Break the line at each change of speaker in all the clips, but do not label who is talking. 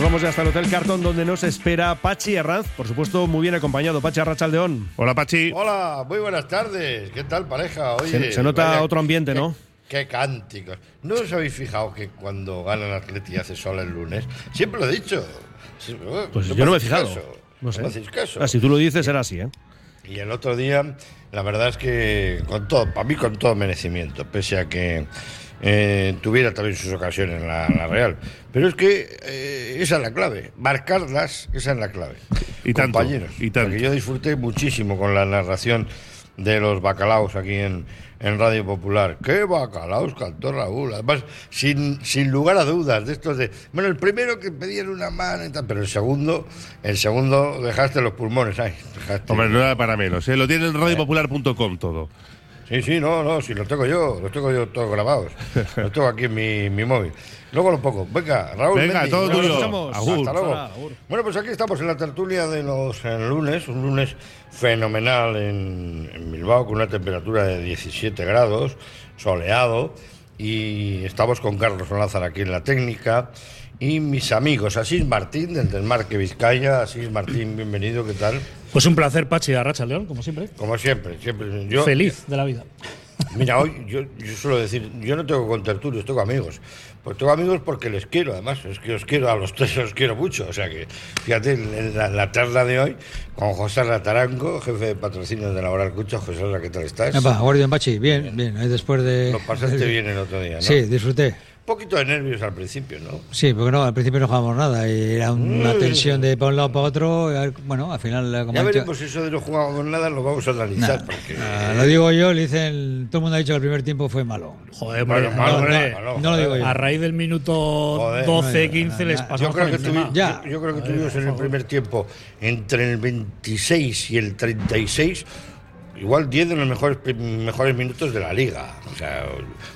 vamos hasta el Hotel Cartón donde nos espera Pachi Herranz, por supuesto muy bien acompañado. Pachi Arrachaldeón.
Hola Pachi.
Hola, muy buenas tardes. ¿Qué tal, pareja? Oye,
Se, se nota
vaya-
otro ambiente,
qué-
¿no?
Qué cánticos. ¿No os habéis fijado que cuando gana el Atleti hace sol el lunes? Siempre lo he dicho. Sí, eh,
Pues yo no me he
hacéis
fijado.
caso.
No sé.
me hacéis caso.
Ah, si tú lo dices, era así, ¿eh?
Y el otro día, la verdad es que con todo, para mí con todo merecimiento, pese a que eh, tuviera también sus ocasiones la, la Real. Pero es que eh, esa es la clave, marcarlas, esa es la clave.
Y tanto,
Compañeros,
y tanto.
porque yo disfruté muchísimo con la narración de los bacalaos aquí en, en Radio Popular. ¡Qué bacalaos cantó Raúl! Además, sin, sin lugar a dudas, de estos de... Bueno, el primero que pedían una mano y tal, pero el segundo, el segundo dejaste los pulmones ahí. dejaste-
Hombre, no era para menos. ¿eh? Lo tiene en radiopopular.com todo.
Sí, sí, no, no, si los tengo yo, los tengo yo todos grabados. Los tengo aquí en mi, mi móvil. Luego los pongo. Venga, Raúl.
Venga,
Mendy,
todo
nos
tuyo.
escuchamos.
Agur.
Hasta luego.
Hola, agur.
Bueno, pues aquí estamos en la tertulia de los eh, lunes, un lunes fenomenal en, en Bilbao, con una temperatura de 17 grados, soleado, y estamos con Carlos Lázaro aquí en la técnica. Y mis amigos, Asís Martín, del Desmarque Vizcaya. Asís Martín, bienvenido, ¿qué tal?
Pues un placer, Pachi, a Racha León, como siempre.
Como siempre, siempre. Yo,
Feliz de la vida.
Mira, hoy yo, yo suelo decir, yo no tengo contertulios, tengo amigos. Pues tengo amigos porque les quiero, además, es que os quiero, a los tres os quiero mucho. O sea que, fíjate, en- en la, la charla de hoy con José Ratarango, jefe de patrocinio de Laboral Cucha. José, Ra, ¿qué tal estás?
Epa, Guardian Pachi, bien, bien. ahí después de.
Lo pasaste bien el otro día, ¿no?
Sí, disfruté.
Un poquito de nervios al principio, ¿no?
Sí, porque no, al principio no jugábamos nada. y era una tensión de para un lado para otro. y al- Bueno, al final. eh, Como
Mm. Ya
he dicho-
veremos eso de no jugar con nada, lo vamos a analizar. Porque,
Ah, lo digo yo, le dicen. Todo el mundo ha dicho que el primer tiempo fue malo.
Joder,
Bueno,
hombre,
malo,
no, hombre.
malo, malo,
no lo digo yo.
A raíz del minuto
Joder.
12,
No,
15 les
no,
pasamos
Yo creo,
por
que
encima.
tuvi-
Ya.
yo, yo creo que tuvimos en el primer tiempo entre el 26 y el 36, igual 10 de los mejores, pri- mejores minutos de la liga. O sea,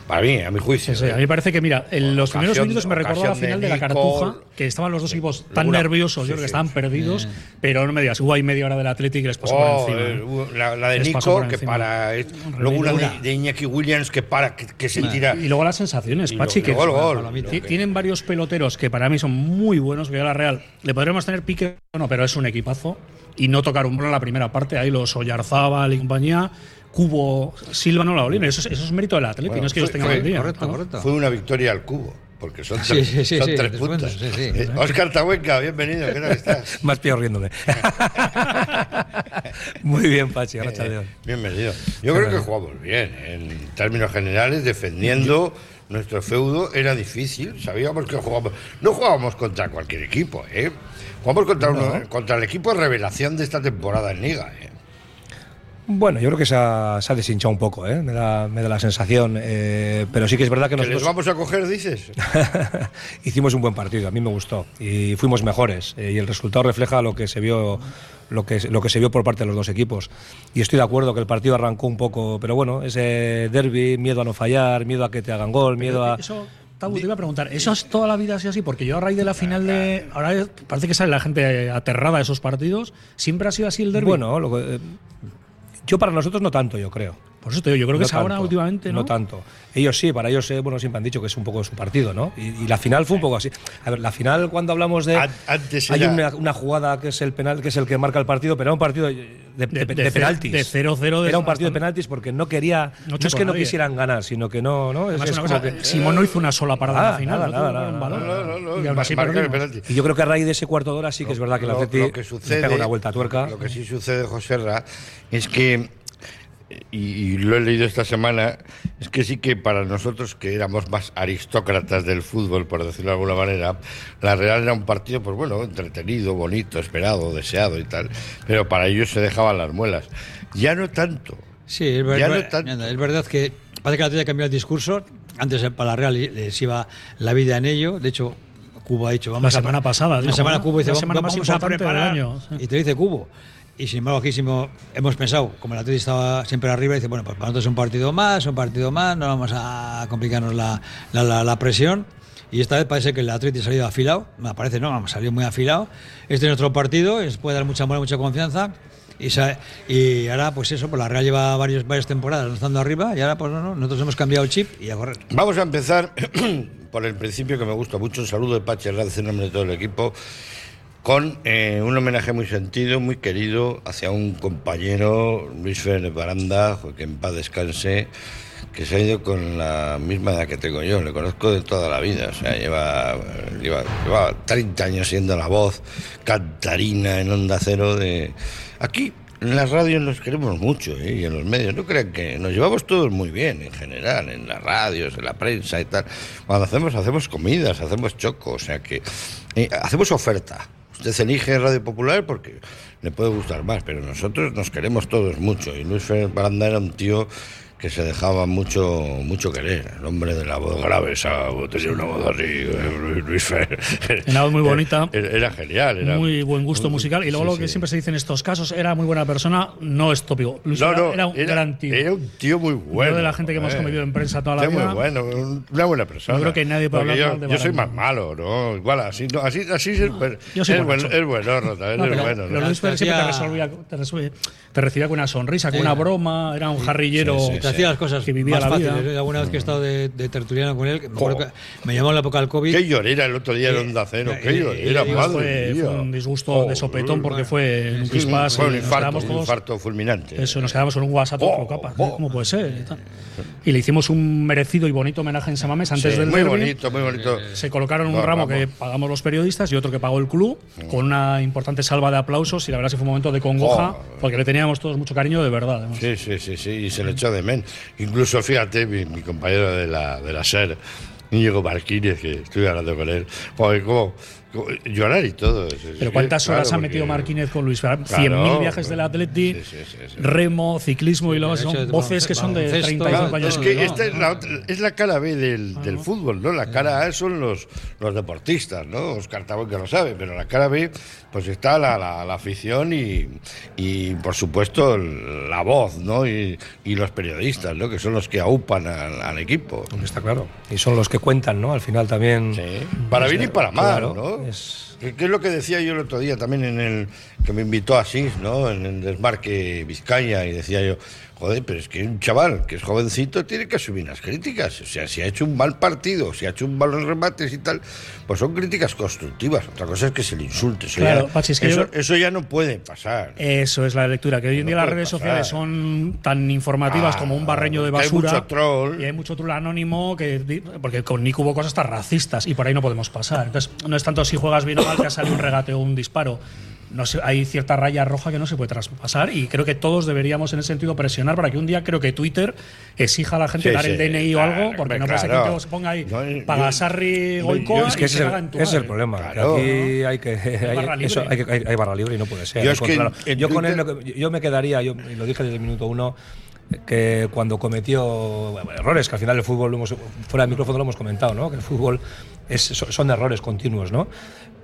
para mí, a mi juicio. ¿eh?
Sí, sí, a mí me parece que, mira, en los
Ocasión-
primeros minutos me recordó la
ocasión de
final de la
Nicol.
Cartuja, que estaban los dos equipos tan
Una-
nerviosos,
sí,
yo creo que
sí.
estaban perdidos, pero no me digas, hubo ahí media hora del Atlético y les pasó
Oh,
por encima.
eh,
¿eh?
hubo la, la de
Les pasó
Nico
por
que
encima.
para. es- luego una de,
Una.
de Iñaki Williams que para, que, que se tira.
Y luego las sensaciones,
Y lo-
Pachi, que
luego el gol.
Ti-
Lo que-
tienen varios peloteros que para mí son muy buenos, que yo la Real le podremos tener pique o no, pero es un equipazo y no tocar un balón en la primera parte, ahí los Oyarzábal y compañía, Cubo, Silva no la olían, eso, es- eso es mérito del Atlético,
Bueno,
no es que ellos
fue-
tengan
fue-
el día.
correcto,
¿no?
correcto.
Fue una victoria al cubo, porque son
Sí,
tres,
sí, sí,
son
sí,
tres
tres
puntos.
puntos, sí, sí.
Eh, Oscar Tahuenca, bienvenido, ¿qué tal estás?
Más peor riéndome. Muy bien, Pachi, gracias León.
Bienvenido. Yo creo que jugamos bien. ¿eh? En términos generales, defendiendo nuestro feudo era difícil. Sabíamos que jugábamos. No jugábamos contra cualquier equipo, ¿eh? Jugamos contra, uno, contra el equipo de revelación de esta temporada en Liga, ¿eh?
Bueno, yo creo que se ha, se ha deshinchado un poco, ¿eh? me, da, me da la sensación. eh, pero sí que es verdad que
Que les
nosotros
vamos a coger, dices.
hicimos un buen partido, a mí me gustó. Y fuimos mejores. eh, y el resultado refleja lo que se vio. Lo que, lo que se vio por parte de los dos equipos. Y estoy de acuerdo que el partido arrancó un poco, pero bueno, ese derby, miedo a no fallar, miedo a que te hagan gol, miedo a.
Eso, Tabu, te iba a preguntar, ¿eso es toda la vida así así? Porque yo a raíz de la final de. Ahora parece que sale la gente aterrada de esos partidos. ¿Siempre ha sido así el derbi?
Bueno, lo que- eh, yo para nosotros no tanto, yo creo.
por eso te digo, yo creo que
No
es ahora
tanto,
últimamente, ¿no?
tanto. Ellos sí, para ellos, eh, bueno, siempre han dicho que es un poco su partido, ¿no? Y, y la final fue un poco así. A ver, la final cuando hablamos de...
An- antes
hay
era-
una, una jugada que es el penal, que es el que marca el partido, pero era un partido de, de-
De-
de
de
penaltis.
ce- de 0-0 de-
Era un partido de
hasta-
penaltis porque no quería...
No
No, es
chocó
que no
nadie.
quisieran ganar, sino que no... no es-
Además,
es
una
como
cosa,
que-
Simón no hizo una sola parada en la
Nada,
final.
nada,
no tuvo
nada,
un
nada,
balón.
No, no, no,
Y aún
ma-
así
marcar el
perdimos.
penalti.
Y yo creo que a raíz de ese cuarto de hora sí que es verdad que el
Lo-
Atleti
lo que sucede,
pega una vuelta a tuerca.
Lo que sí sucede, José Ra, es que, y, y lo he leído esta semana, es que sí que para nosotros que éramos más aristócratas del fútbol, por decirlo de alguna manera, la Real era un partido, pues bueno, entretenido, bonito, esperado, deseado y tal, pero para ellos se dejaban las muelas. Ya no tanto.
Sí, es, ver-
Ya no
ver-
tanto.
anda, es verdad que parece que la tía cambió el discurso. Antes eh, para la Real i- les iba la vida en ello. De hecho, Cubo ha dicho, vamos
La
a pre-
semana pasada,
La
dijo,
semana
¿no?
Cubo dice,
La semana más
vamos a
importante del
preparar.
año, sí.
Y te dice Cubo. Y sin embargo, aquí sí hemos- hemos pensado, como el Atlético estaba siempre arriba, dice, bueno, pues para nosotros es un partido más, un partido más, no vamos a complicarnos la, la- la- la presión. Y esta vez parece que el Atlético ha salido afilado, me parece, no, vamos, salió muy afilado. Este es nuestro partido, nos puede dar mucha moral, mucha confianza. Y, sa- y ahora, pues eso, pues la Real lleva varios, varias temporadas estando arriba y ahora, pues no, no, nosotros hemos cambiado el chip y a correr.
Vamos a empezar por el principio que me gusta mucho. Un saludo de Pachi Herranz en nombre de todo el equipo. Con eh, un homenaje muy sentido, muy querido, hacia un compañero, Luis Fernández Baranda, que en paz descanse, que se ha ido con la misma edad que tengo yo. Le conozco de toda la vida. O sea, lleva, lleva, lleva 30 años siendo la voz cantarina en Onda Cero de. Aquí, en las radios nos queremos mucho ¿eh? y en los medios. No crean que nos llevamos todos muy bien en general, en las radios, en la prensa y tal. Cuando hacemos, hacemos comidas, hacemos choco, o sea que eh, hacemos oferta. Usted elige Radio Popular porque le puede gustar más, pero nosotros nos queremos todos mucho. Y Luis Fernández Baranda era un tío que se dejaba mucho mucho querer. El hombre de la voz grave, esa, tenía una voz así, eh, Luis Fer.
Una voz muy bonita.
Era, era genial. Era
Muy buen gusto
muy-
musical. Y luego
sí,
lo que
sí.
siempre se dice en estos casos, era muy buena persona, no es tópico. Luis
No,
era,
no,
era un gran tío.
Era un tío muy bueno.
Yo de la gente que hemos convivido en prensa toda la
Era
vida.
muy bueno, un- una buena persona.
Yo creo que nadie puede
Porque
hablar
yo,
mal de
yo soy más
Baranda.
malo, ¿no? Igual así, no, así, así es, bueno,
yo soy
es,
borracho.
bueno, es buenorro también,
No,
es
pero,
bueno. ¿no?
pero Luis Fer siempre te
Gracias.
resolvía, te, resuelve- te recibía con una sonrisa, con
Sí.
una broma, era un jarrillero
Te hacía las cosas
que vivía
más
la
fáciles.
vida.
¿eh? Alguna vez que he estado de, de tertuliano con él, que me, acuerdo
Jo.
que me llamó en la época del COVID.
Qué llorera el otro día en Onda Cero,
eh,
qué
eh,
llorera,
eh,
madre
fue,
mía.
fue un disgusto
Oh,
de sopetón porque
bueno.
fue en un
Sí,
pispás.
fue
y
un
eh, nos
infarto,
quedamos
un
todos-
infarto fulminante.
Eso, nos quedamos con un WhatsApp
Oh,
con capa.
oh.
¿Cómo puede ser? Y, tal. Y le hicimos un merecido y bonito homenaje en Samames antes
Sí,
del
muy
derbi. eh,
bonito, muy bonito.
Se colocaron un
No,
ramo
vamos.
que pagamos los periodistas y otro que pagó el club, con una importante salva de aplausos. Y la verdad es que fue un momento de congoja,
Joder.
porque le teníamos todos mucho cariño de verdad. además.
Oh. Sí, sí, sí, sí, y se le echó de men. Incluso, fíjate, mi, mi compañero de la, de la SER, Íñigo Marquínez, que estuve hablando con él, joder, cómo, cómo- llorar y todo. sí, sí,
Pero ¿cuántas
claro,
horas ha
porque-
metido Marquínez con Luis Ferran?
Claro.
100.000 viajes del Atleti,
Sí, sí, sí, sí.
remo, ciclismo y luego
derecho
son
de-
voces que son de
baloncesto,
35
claro,
años.
Es que
no,
esta es la, otra- es la cara B del, del fútbol, ¿no? La cara A son los, los deportistas, ¿no? Oscar Tabón que lo sabe, pero la cara B, pues está la, la- la afición y, y, por supuesto, el- la voz, ¿no? Y, y los periodistas, ¿no? Que son los que aupan al, al equipo.
Hombre, Está claro. Y son los que cuentan, ¿no? Al final también.
Sí. Para bien y para mal,
Claro,
¿no?
es-
Que, que es lo que decía yo el otro día también en el que me invitó Asís, ¿no? En el desmarque Vizcaya y decía yo, joder, pero es que un chaval que es jovencito tiene que asumir las críticas. O sea, si ha hecho un mal partido, si ha hecho un malos remates y tal, pues son críticas constructivas. Otra cosa es que se le insulte. Eso,
Claro,
ya,
Pachi, es que
eso,
yo Eh, creo-
eso ya no puede pasar.
Eso es la lectura, que hoy en
No
día las
puede
redes
pasar.
sociales son tan informativas
pues, Ah,
como un barreño de
hay
basura.
mucho troll.
Y hay mucho troll anónimo, que, di- porque con Nick hubo cosas hasta racistas y por ahí no podemos pasar. Entonces, no es tanto si juegas bien o mal que ha salido un regate o un disparo. No sé, hay cierta raya roja que no se puede traspasar y creo que todos deberíamos en ese sentido presionar para que un día creo que Twitter exija a la gente
Sí,
dar el
sí,
DNI o
claro,
algo porque
hombre,
no parece
claro.
que se ponga ahí
No, yo-
Pagasarri
yo-
Goicoa
es
Es que
y
ese
se
es
caga
el,
en tu
ese es el
madre.
problema. que
Claro.
aquí hay que. Hay,
barra libre.
eso, hay, que- hay- hay barra libre y no puede ser.
Yo
hay
es
que
que en-
controlarlo.
en
yo con él
Twitter-
lo que- yo me quedaría, yo y lo dije desde el minuto uno, que cuando cometió bueno, errores, que al final el fútbol, lo hemos, fuera del micrófono lo hemos comentado, ¿no? que el fútbol es, son son errores continuos, ¿no?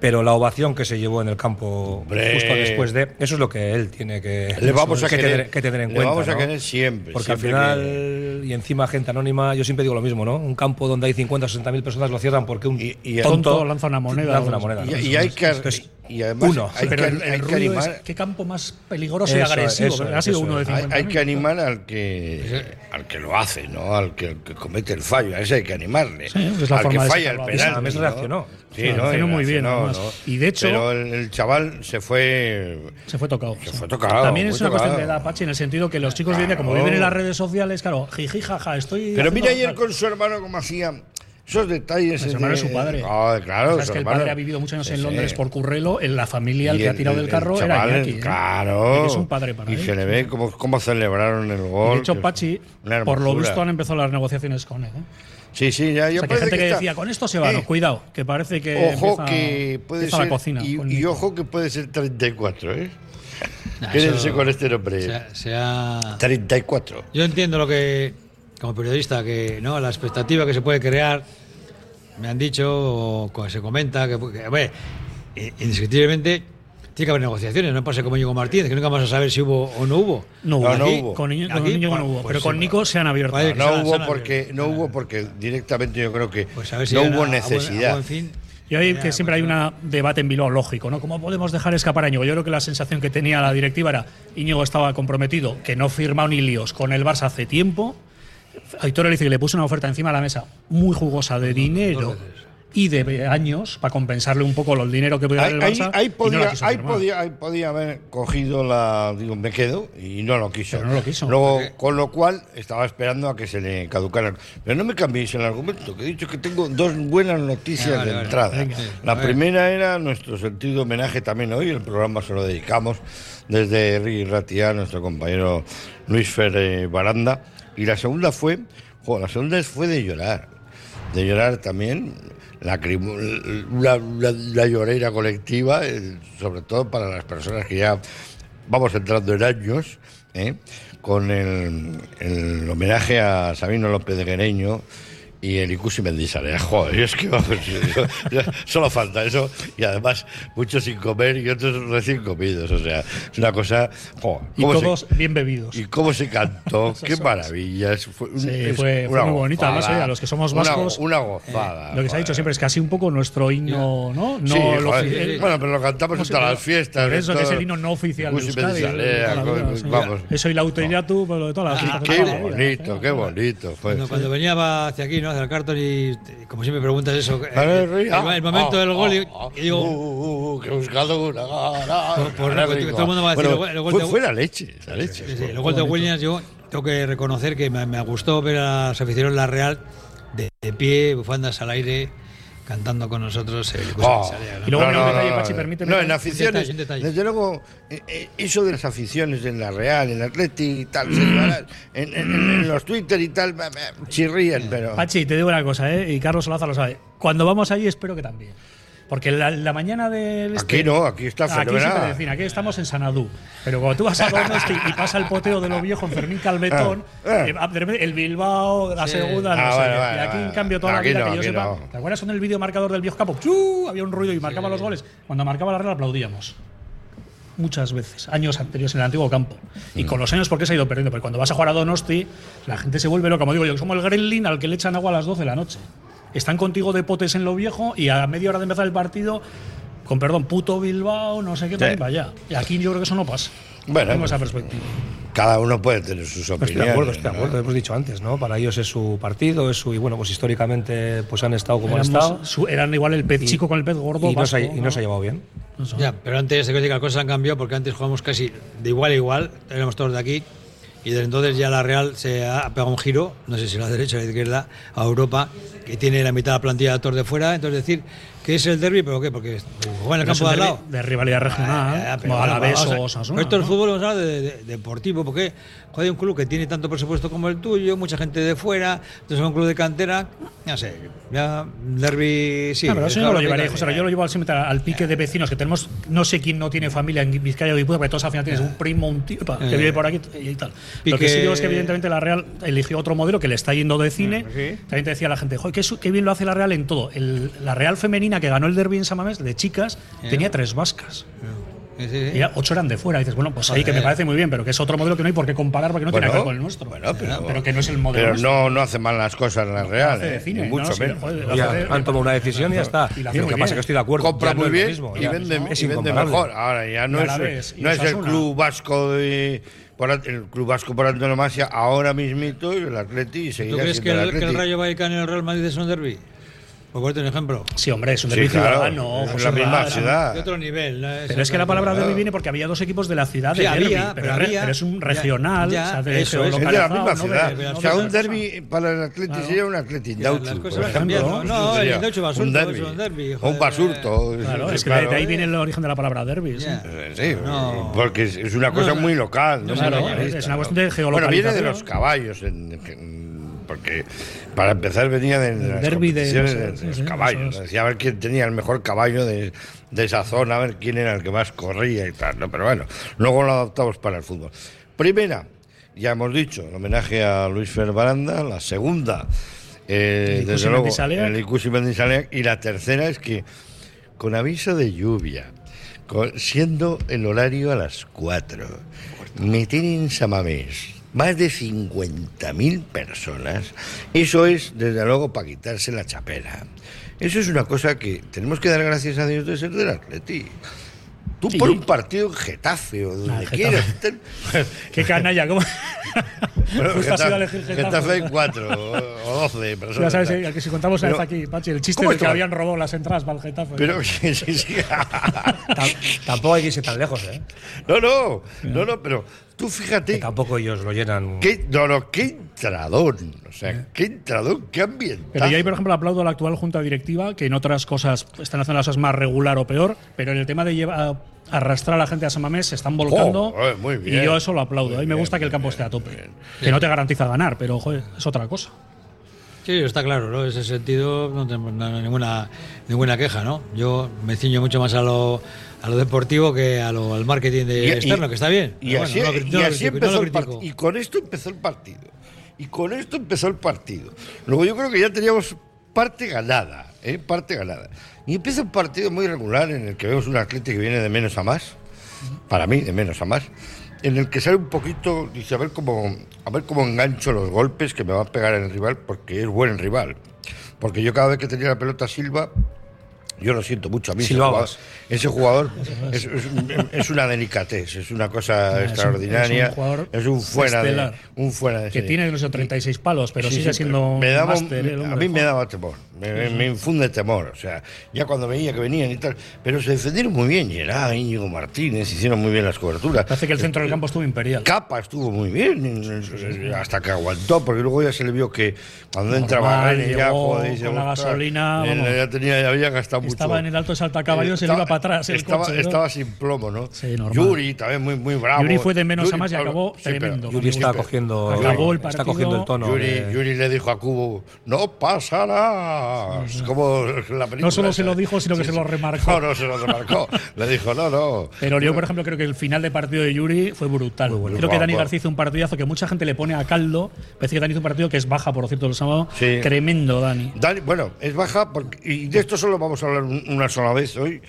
Pero la ovación que se llevó en el campo
Hombre.
justo después de. Eso es lo que él tiene que,
Le vamos a
que
querer-
tener, que tener en
le
cuenta.
vamos a
¿no?
querer siempre,
Porque
siempre
al final
que-
y encima gente anónima, yo siempre digo lo mismo, ¿no? Un campo donde hay 50 o 60 mil personas lo cierran porque un
Y- y el
tonto,
tonto lanza una moneda.
lanza una moneda,
Y,
¿no?
y hay que.
Esto es-
y además
uno.
hay
Pero
que,
el, el
hay que
ruido es,
animar.
qué campo más peligroso y
Eso es,
agresivo.
eso
pero
es,
ha sido
eso
uno de
es.
Hay,
50.
hay que animar al que al que lo hace, ¿no? Al que, al que comete el fallo, a ese hay que animarle.
Sí, pues es la
al
forma
que
de
falla el
salvar.
penalti.
Esa-
¿no?
reaccionó.
Sí,
Reaccionó
¿no? Y
muy bien,
reaccionó,
además. Y de hecho-
Pero el, el chaval se fue.
Se fue tocado.
Se fue tocado,
También es
muy
una cuestión de
tocado.
edad, Pachi, en el sentido que los chicos de hoy en día, como
Claro.
viven en las redes sociales, claro, jiji, jaja, estoy.
Pero
haciendo-
mira ayer
tal.
con su hermano cómo hacía esos detalles.
Su
de-
hermano es su padre.
Ah, claro,
O sea, es
su
que el
hermano.
padre ha vivido muchos años
Sí,
en
sí.
Londres por currelo, en la familia el
Y
que ha tirado
el-
del
el
carro
chaval,
era Iñaki. ¿eh?
Claro.
Y Es un padre para
Y
él.
se le ve cómo, cómo celebraron el
Y
gol.
de
que
hecho,
es
Pachi,
una
por lo
hermosura.
visto han empezado las negociaciones con él. ¿eh?
Sí, sí, ya, ya
O sea, que hay
parece
gente que,
está-
decía, con esto se va,
Eh,
no, cuidado, que parece que.
Ojo
empieza-
que puede
empieza
ser.
la cocina.
y,
con
y
Nico.
ojo que puede ser 34, ¿eh?
Nah,
Quédense
eso
con este nombre.
se ha- se ha-
34.
Yo entiendo lo que, como periodista, que no la expectativa que se puede crear, me han dicho, o co- se comenta, que, que, hombre, i- indiscutiblemente tiene que haber negociaciones, no pasa como Diego Martínez, que nunca vamos a saber si hubo o no hubo.
No hubo.
No, no
Aquí,
hubo.
Con, Iñaki- con
Aquí,
Iñaki no
pues,
hubo.
pues
pero
sí,
con
pero-
Nico se han abierto.
Vale,
No
Sana,
hubo
sana,
porque no
sana.
hubo porque directamente yo creo que
Pues a ver si
no
llegan
hubo
a- a buen- a
necesidad.
buen fin.
Yo ahí que
Ya,
siempre hay
pues,
un debate en Bilbao lógico, ¿no? ¿Cómo podemos dejar escapar a Íñigo? Yo creo que la sensación que tenía la directiva era Íñigo estaba comprometido, que no firmado ni líos con el Barça hace tiempo, Aitor dice que le puso una oferta encima de la mesa muy jugosa de dinero y de años para compensarle un poco los dinero que podía dar
Ahí,
el
ahí-
Barça.
ahí
y no la
podía,
quiso
ahí
firmar.
podía- ahí podía haber cogido la. Digo, me quedo y no lo quiso.
Pero no lo quiso.
Luego, con lo cual, estaba esperando a que se le caducaran. Pero no me cambiéis el argumento, que he dicho que tengo dos buenas noticias
Ah, vale,
de
vale.
entrada.
Venga. Sí.
La
A ver.
primera era nuestro sentido homenaje también hoy. El programa se lo dedicamos desde Ricky Ratia, nuestro compañero Luis Fer eh, Baranda. Y la segunda fue. jo, la segunda fue de llorar de llorar también, la, crimo- la, la- la llorera colectiva, eh, sobre todo para las personas que ya vamos entrando en años, ¿eh? con el, el homenaje a Sabino López de Guereño. Y el Icusi Mendizarea, joder, es que vamos, yo- yo- solo falta eso. Y además, muchos sin comer y otros recién comidos. O sea, es una cosa. Joder,
Y
¿cómo se-
todos bien bebidos.
y cómo se cantó, qué
Pues son.
maravillas. Fue, un-
Sí,
es
fue- fue
una
muy bonito. Además,
gozada.
oye, a los que somos
Una go-
vascos, eh,
Una, gozada.
Lo que se ha dicho
joder.
siempre es casi un poco nuestro himno, ¿no? No
Sí,
lo
joder.
oficial.
Bueno, pero lo cantamos
¿Cómo se
hasta
llama?
las fiestas.
Por eso,
de
que es
todo.
el himno no oficial de
Usi
Euskadi. ¿eh?
Mendizalea,
toda la vida,
co-
sí.
eh, vamos.
Eso y la uteiratu, pero pues de todas las
Ah,
fiestas de
qué
toda la vida,
bonito,
¿eh?
qué bonito. fue.
Cuando, cuando venía va hacia aquí, ¿no? Hacia el cartón y te- como siempre preguntas eso, eh,
A ver,
el,
Rui, ah,
el momento
ah,
del gol y,
ah,
y digo,
uh, uh, uh, que he buscado una gana,
Por- por-
gana
que
ah, rico.
todo el mundo va a decir,
Bueno,
el gol- el gol
fue,
de-
fue la leche, la leche.
sí, sí, el gol de Williams yo tengo que reconocer que me, me gustó ver a los aficionados de la Real de, de pie, bufandas al aire, cantando con nosotros eh, el Cusco
Oh.
Salea, ¿no?
Y luego un detalle, Pachi, permíteme.
No, en
Un
aficiones.
detalle, un detalle.
Desde luego, eh, eh, eso de las aficiones en la Real, en el Atleti y tal, señoras, en, en- en los Twitter y tal, me- me chirrían, pero.
Pachi, te digo una cosa, ¿eh? y Carlos Olaza lo sabe. Cuando vamos allí, espero que también. Porque la, la mañana del. este-
Aquí no, aquí está
Aquí siempre te
fenomenal.
decían, aquí estamos en Sanadú. Pero cuando tú vas a Donosti y pasa el poteo de lo viejo en Fermín Calvetón,
Ah, ah.
eh, de repente el Bilbao, la
Sí.
segunda, no
Ah,
sé.
vale,
qué.
vale,
y aquí,
vale.
en cambio, toda
Aquí
la vida
no,
que yo
aquí
sepa.
no.
¿Te acuerdas cuando el videomarcador del viejo capo? ¡Chu! Había un ruido y marcaba los goles. Cuando marcaba la red aplaudíamos. Muchas veces, años anteriores en el antiguo campo. Y con los años, ¿por qué se ha ido perdiendo? Porque cuando vas a jugar a Donosti, la gente se vuelve loca. Como digo yo, somos el gremlin al que le echan agua a las 12 de la noche. Están contigo de potes en lo viejo y a media hora de empezar el partido, con perdón, puto Bilbao, no sé qué, para allá. Y aquí yo creo que eso no pasa.
Bueno.
Tengo esa perspectiva.
Cada uno puede tener sus
No,
opiniones.
Estoy de acuerdo, estoy de
¿no?
acuerdo, hemos dicho antes, ¿no? Para ellos es su partido, es su. Y bueno, pues históricamente pues han estado como han
Éramos
estado.
su- eran igual el pez chico con el pez gordo.
Y no, se ha,
vasco,
y no se ha llevado bien.
No sé.
Ya, pero antes de que las cosas han cambiado porque antes jugábamos casi de igual a igual, éramos todos de aquí y desde entonces ya la Real se ha pegado un giro, no sé si la derecha o la izquierda, a Europa, que tiene la mitad de la plantilla de todos de fuera, entonces decir que es el derby, pero qué, porque juega en el
Pero es
campo
un
de al
derbi-
lado.
de rivalidad regional,
Ah, pero
como
bueno,
Alavés
vamos a-
o Osasuna,
pero Esto es
¿no?
fútbol, vamos a hablar de, de- deportivo, porque joder, hay un club que tiene tanto presupuesto como el tuyo, mucha gente de fuera, entonces es un club de cantera, no sé, ya derby sí.
Ah, pero eso yo
es
no lo
la
llevaría,
mitad,
José, yo lo llevo al, siempre al pique de vecinos, que tenemos, no sé quién no tiene familia en Vizcaya o Guipúzcoa, porque todos al final tienes un primo, un tío pa, que
Eh.
vive por aquí y tal. Lo que
Pique-
sí digo es que evidentemente la Real eligió otro modelo que le está yendo de
Mm,
cine. También te decía la gente, joder, qué, su- qué bien lo hace la Real en todo. El- la Real femenina que ganó el derby en Samamés, de chicas,
Eh.
tenía tres vascas.
Sí, sí, sí.
Y ya ocho eran de fuera. Y dices, bueno, pues ahí que me
Joder.
parece muy bien, pero que es otro modelo que no hay por qué comparar porque no tiene
Bueno,
nada que ver con el nuestro.
bueno, pero-
que no es el modelo
Pero
nuestro.
no, no hace mal las cosas en la Real,
hace de
eh,
cine,
ni
no,
mucho
sí,
menos.
joder,
Ya,
hace-
han tomado una decisión y ya está.
Y la hace
lo
muy
que pasa
bien.
es que estoy de acuerdo.
Compra
ya no
muy
es lo
bien
mismo,
y
ya
vende,
es
y vende
incomparable.
mejor. Ahora ya no
Y
es,
Alavés, y
no es el
Osasuna.
club vasco de, por, an- el club vasco por antonomasia ahora mismito y el Atleti y
¿Tú
seguirá
crees que
siendo
el,
el
que el
Atleti.
Rayo Vallecano y el Real Madrid es un derby? Por ponerte un ejemplo.
Sí, hombre, es un pues
Sí,
derbi
claro,
ciudadano.
es
José
la misma
Rara.
ciudad. Ah.
De otro nivel. ¿no?
Pero es que la palabra derbi viene porque había dos equipos de la ciudad
Sí,
de
había,
derbi,
pero
pero, re-
había.
pero es un
Ya,
regional,
ya,
o sea, de
eso es.
Es de la
geolocalizado,
misma
no
ciudad.
de- no
o sea,
de-
un derby para el Atleti
Claro.
sería un Atleti
las
Dauchu,
cosas
por
van
ejemplo.
cambiando. No,
Sería
el Dauchu Basurto
un
es
derbi.
un derbi,
O
joder.
un basurto.
Claro, es que
claro.
de ahí viene el origen de la palabra derbi. sí.
Ya.
Sí,
No.
porque es- es una cosa
No, no.
muy local. No,
Claro,
muy nacionalista,
es una
¿no?
cuestión de
Bueno,
geolocalización.
viene de los caballos, en- en- porque para empezar venía de, de las
derbi de-
competiciones
no sé,
de- de
sí,
los
sí,
caballos.
eso es.
Decía a ver quién tenía el mejor caballo de, de esa zona, a ver quién era el que más corría y tal. ¿no? Pero bueno, luego lo adaptamos para el fútbol. Primera, ya hemos dicho, el homenaje a Luis Fer Baranda. La segunda, eh,
El Ikusi
desde luego,
Mendizaleac.
el Ikusi Mendizaleac. Y la tercera es que con aviso de lluvia, con- siendo el horario a las 4. Meter en Samamés más de 50.000 personas, eso es, desde luego, para quitarse la chapela. Eso es una cosa que tenemos que dar gracias a Dios de ser del Atleti. Tú por un partido en Getafe o donde
Getafe.
quieras. ten-
Qué canalla, ¿cómo? Justo has
Getafe,
ido a elegir Getafe.
Getafe en cuatro o o doce personas.
Ya sabes,
¿verdad?
eh, que si contamos sabes
Pero-
aquí, Pachi, el chiste
¿Cómo
de que
estaba?
habían robado las entradas para el Getafe.
Pero sí, sí, sí.
Tam- tampoco hay que irse tan lejos, ¿eh?
No, no, no, no, pero tú
Que
fíjate
tampoco ellos lo llenan.
qué, no, no, qué entradón. O sea, qué entradón, qué ambiente.
Pero yo ahí, por ejemplo, aplaudo a la actual junta directiva, que en otras cosas están haciendo las cosas más regular o peor, pero en el tema de llevar, arrastrar a la gente a San Mamés se están volcando.
eh, muy bien.
y yo eso lo aplaudo.
Muy
A mí me
bien,
gusta que el
muy
campo
bien,
esté a tope. Que no te garantiza ganar, pero joder, es otra cosa.
Sí, está claro, ¿no? En ese sentido no tenemos na- ninguna, ninguna queja, ¿no? Yo me ciño mucho más a lo, a lo deportivo que a lo, al marketing de
Y- y-
externo, que está bien.
Y
Pero
así,
bueno, no lo cri-
y
no lo
así
critico, no
empezó
lo
el partido.
critico.
Y con esto empezó el partido. Y con esto empezó el partido. Luego yo creo que ya teníamos parte ganada, ¿eh? parte ganada. Y empieza un partido muy regular en el que vemos un Atlético que viene de menos a más. Para mí, de menos a más. En el que sale un poquito, dice, a ver cómo, a ver cómo engancho los golpes que me va a pegar el rival, porque es buen rival. Porque yo cada vez que tenía la pelota Silva, yo lo siento mucho a mí. ese jugador-
Silbabas.
Ese jugador es, es un- es una delicatez, es una cosa
Ah, es un-
extraordinaria.
es un jugador
Es un fuera de,
estelar.
un fuera de
Que
serie.
tiene, no sé, 36 palos, pero
Sí,
sigue
sí,
siendo.
me daba un-
máster, ¿eh? el
a
hombre,
mí me
joder.
daba temor, me, me infunde temor, o sea, ya cuando veía que venían y tal, pero se defendieron muy bien, Gerard, Íñigo Martínez, hicieron muy bien las coberturas.
Parece que el centro del campo estuvo imperial.
Capa estuvo muy bien, eh, hasta que aguantó, porque luego ya se le vio que cuando
Normal,
entraba Barrene ya,
llegó
joder, dice,
con la
"Ostras,
gasolina,
él
vamos.
ya, tenía, ya había gastado mucho.
Estaba en el alto de Saltacaballos y le
Estaba-
iba para atrás. El
estaba,
coche, ¿no?
estaba sin plomo, ¿no?
Sí, normal.
Yuri también muy, muy bravo.
Yuri fue de menos a más y
Pablo-
acabó
Sí, pero
tremendo.
Yuri está
Acabó
cogiendo,
el
está
partido.
cogiendo el tono.
Yuri,
de-
Yuri le dijo a Cubo, no pasará. Como la película.
No solo se
esa.
lo dijo, sino que se lo remarcó.
No, no se lo remarcó. le dijo, no, no.
Pero yo, por ejemplo, creo que el final de partido de Yuri fue brutal. Creo que
Guau,
Dani
guau.
García hizo un partidazo que mucha gente le pone a caldo. Parece que Dani hizo un partido que es baja, por cierto, el sábado.
Sí.
Tremendo, Dani.
Dani, bueno, es baja, porque, y de esto solo vamos a hablar un- una sola vez hoy,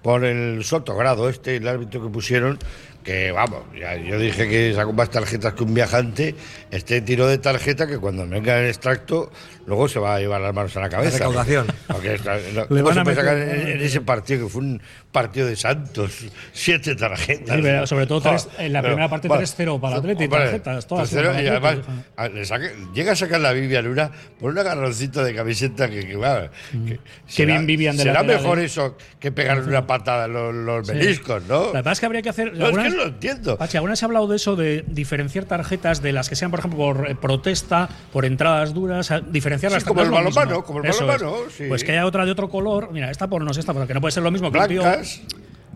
por el sotogrado este, el árbitro que pusieron, que vamos, ya, yo dije que sacó más tarjetas que un viajante, este tiro de tarjeta que cuando venga el extracto, luego se va a llevar las manos a la cabeza.
recaudación.
Porque esta- no,
Le
¿cómo
van
se
a
puede sacar
meter-
en, en ese partido, que fue un partido de santos, siete tarjetas.
Sí, pero sobre todo tres-
Joder,
en la
pero,
primera parte 3-0 para el Atleti,
hombre,
tarjetas,
3-0
todas para el
y
Atleti,
además,
hija.
a- Ah, le saque- llega a sacar la Vivian Luna por un agarroncito de camiseta que, que, va, que
Mm. bien Vivian de
será
lateral,
mejor
¿eh?
eso que pegarle una patada a los, los meniscos, ¿no?
La verdad es que habría que hacer.
No, es que no lo entiendo.
Pachi, alguna vez he hablado de eso, de diferenciar tarjetas de las que sean, por ejemplo, por eh, protesta, por entradas duras, a- diferenciarlas
Sí, como
no es
el
lo mismo.
balonmano, como el
Eso
balonmano,
es.
sí.
Pues que haya otra de otro color. Mira, esta por no sé, esta por que no puede ser lo mismo que un tío,
Blancas.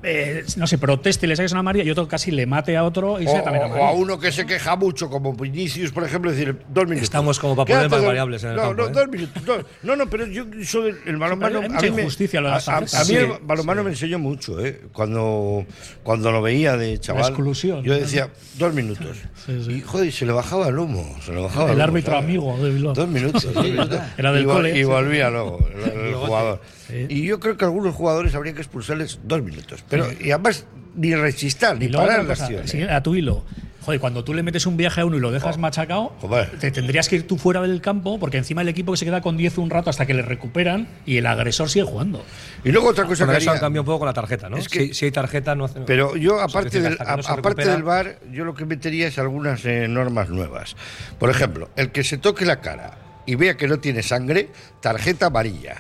eh, no sé, proteste y le saques una amarilla y otro casi le mate a otro y
O,
sea también
o-
amarillo.
o a uno que se queja mucho, como Vinicius, por ejemplo, decir dos minutos.
Estamos como para poner
Quédate
más
dos-
variables en el
no,
campo,
No,
¿eh?
dos minutos. No, no, no, pero yo soy del el balonmano.
Hay
a
mucha
mí me-
injusticia lo de
a,
las
a- a mí
tarjetas.
el
Sí,
balonmano me enseñó mucho, ¿eh? Cuando, cuando lo veía de chaval.
exclusión,
Yo
¿no?
decía, dos minutos.
Sí, sí.
Y joder, se le bajaba el humo. Se le bajaba el,
El
humo,
árbitro
¿sabes?
amigo de Bilbao.
Dos minutos. dos minutos.
Era del
y, vol-
cole,
y
sí.
volvía luego el, el jugador. Y yo creo que algunos jugadores habría que expulsarles dos minutos. Pero, y además, ni rechistar, ni
Y luego otra
parar la
cosa,
acción.
sí,
¿eh?
a tu hilo. Joder, cuando tú le metes un viaje a uno y lo dejas machacado,
Oh, joder.
te tendrías que ir tú fuera del campo porque encima el equipo que se queda con 10 un rato hasta que le recuperan y el agresor sigue jugando.
Y luego otra cosa
Bueno,
que
eso han
haría-
cambiado un poco con la tarjeta, ¿no?
Es que-
si, si hay tarjeta, no hacen.
Pero yo,
sea,
aparte,
que
del,
hasta que no se
a- aparte
recupera-
del bar, yo lo que metería es algunas eh, normas nuevas. Por ejemplo, el que se toque la cara y vea que no tiene sangre, tarjeta amarilla.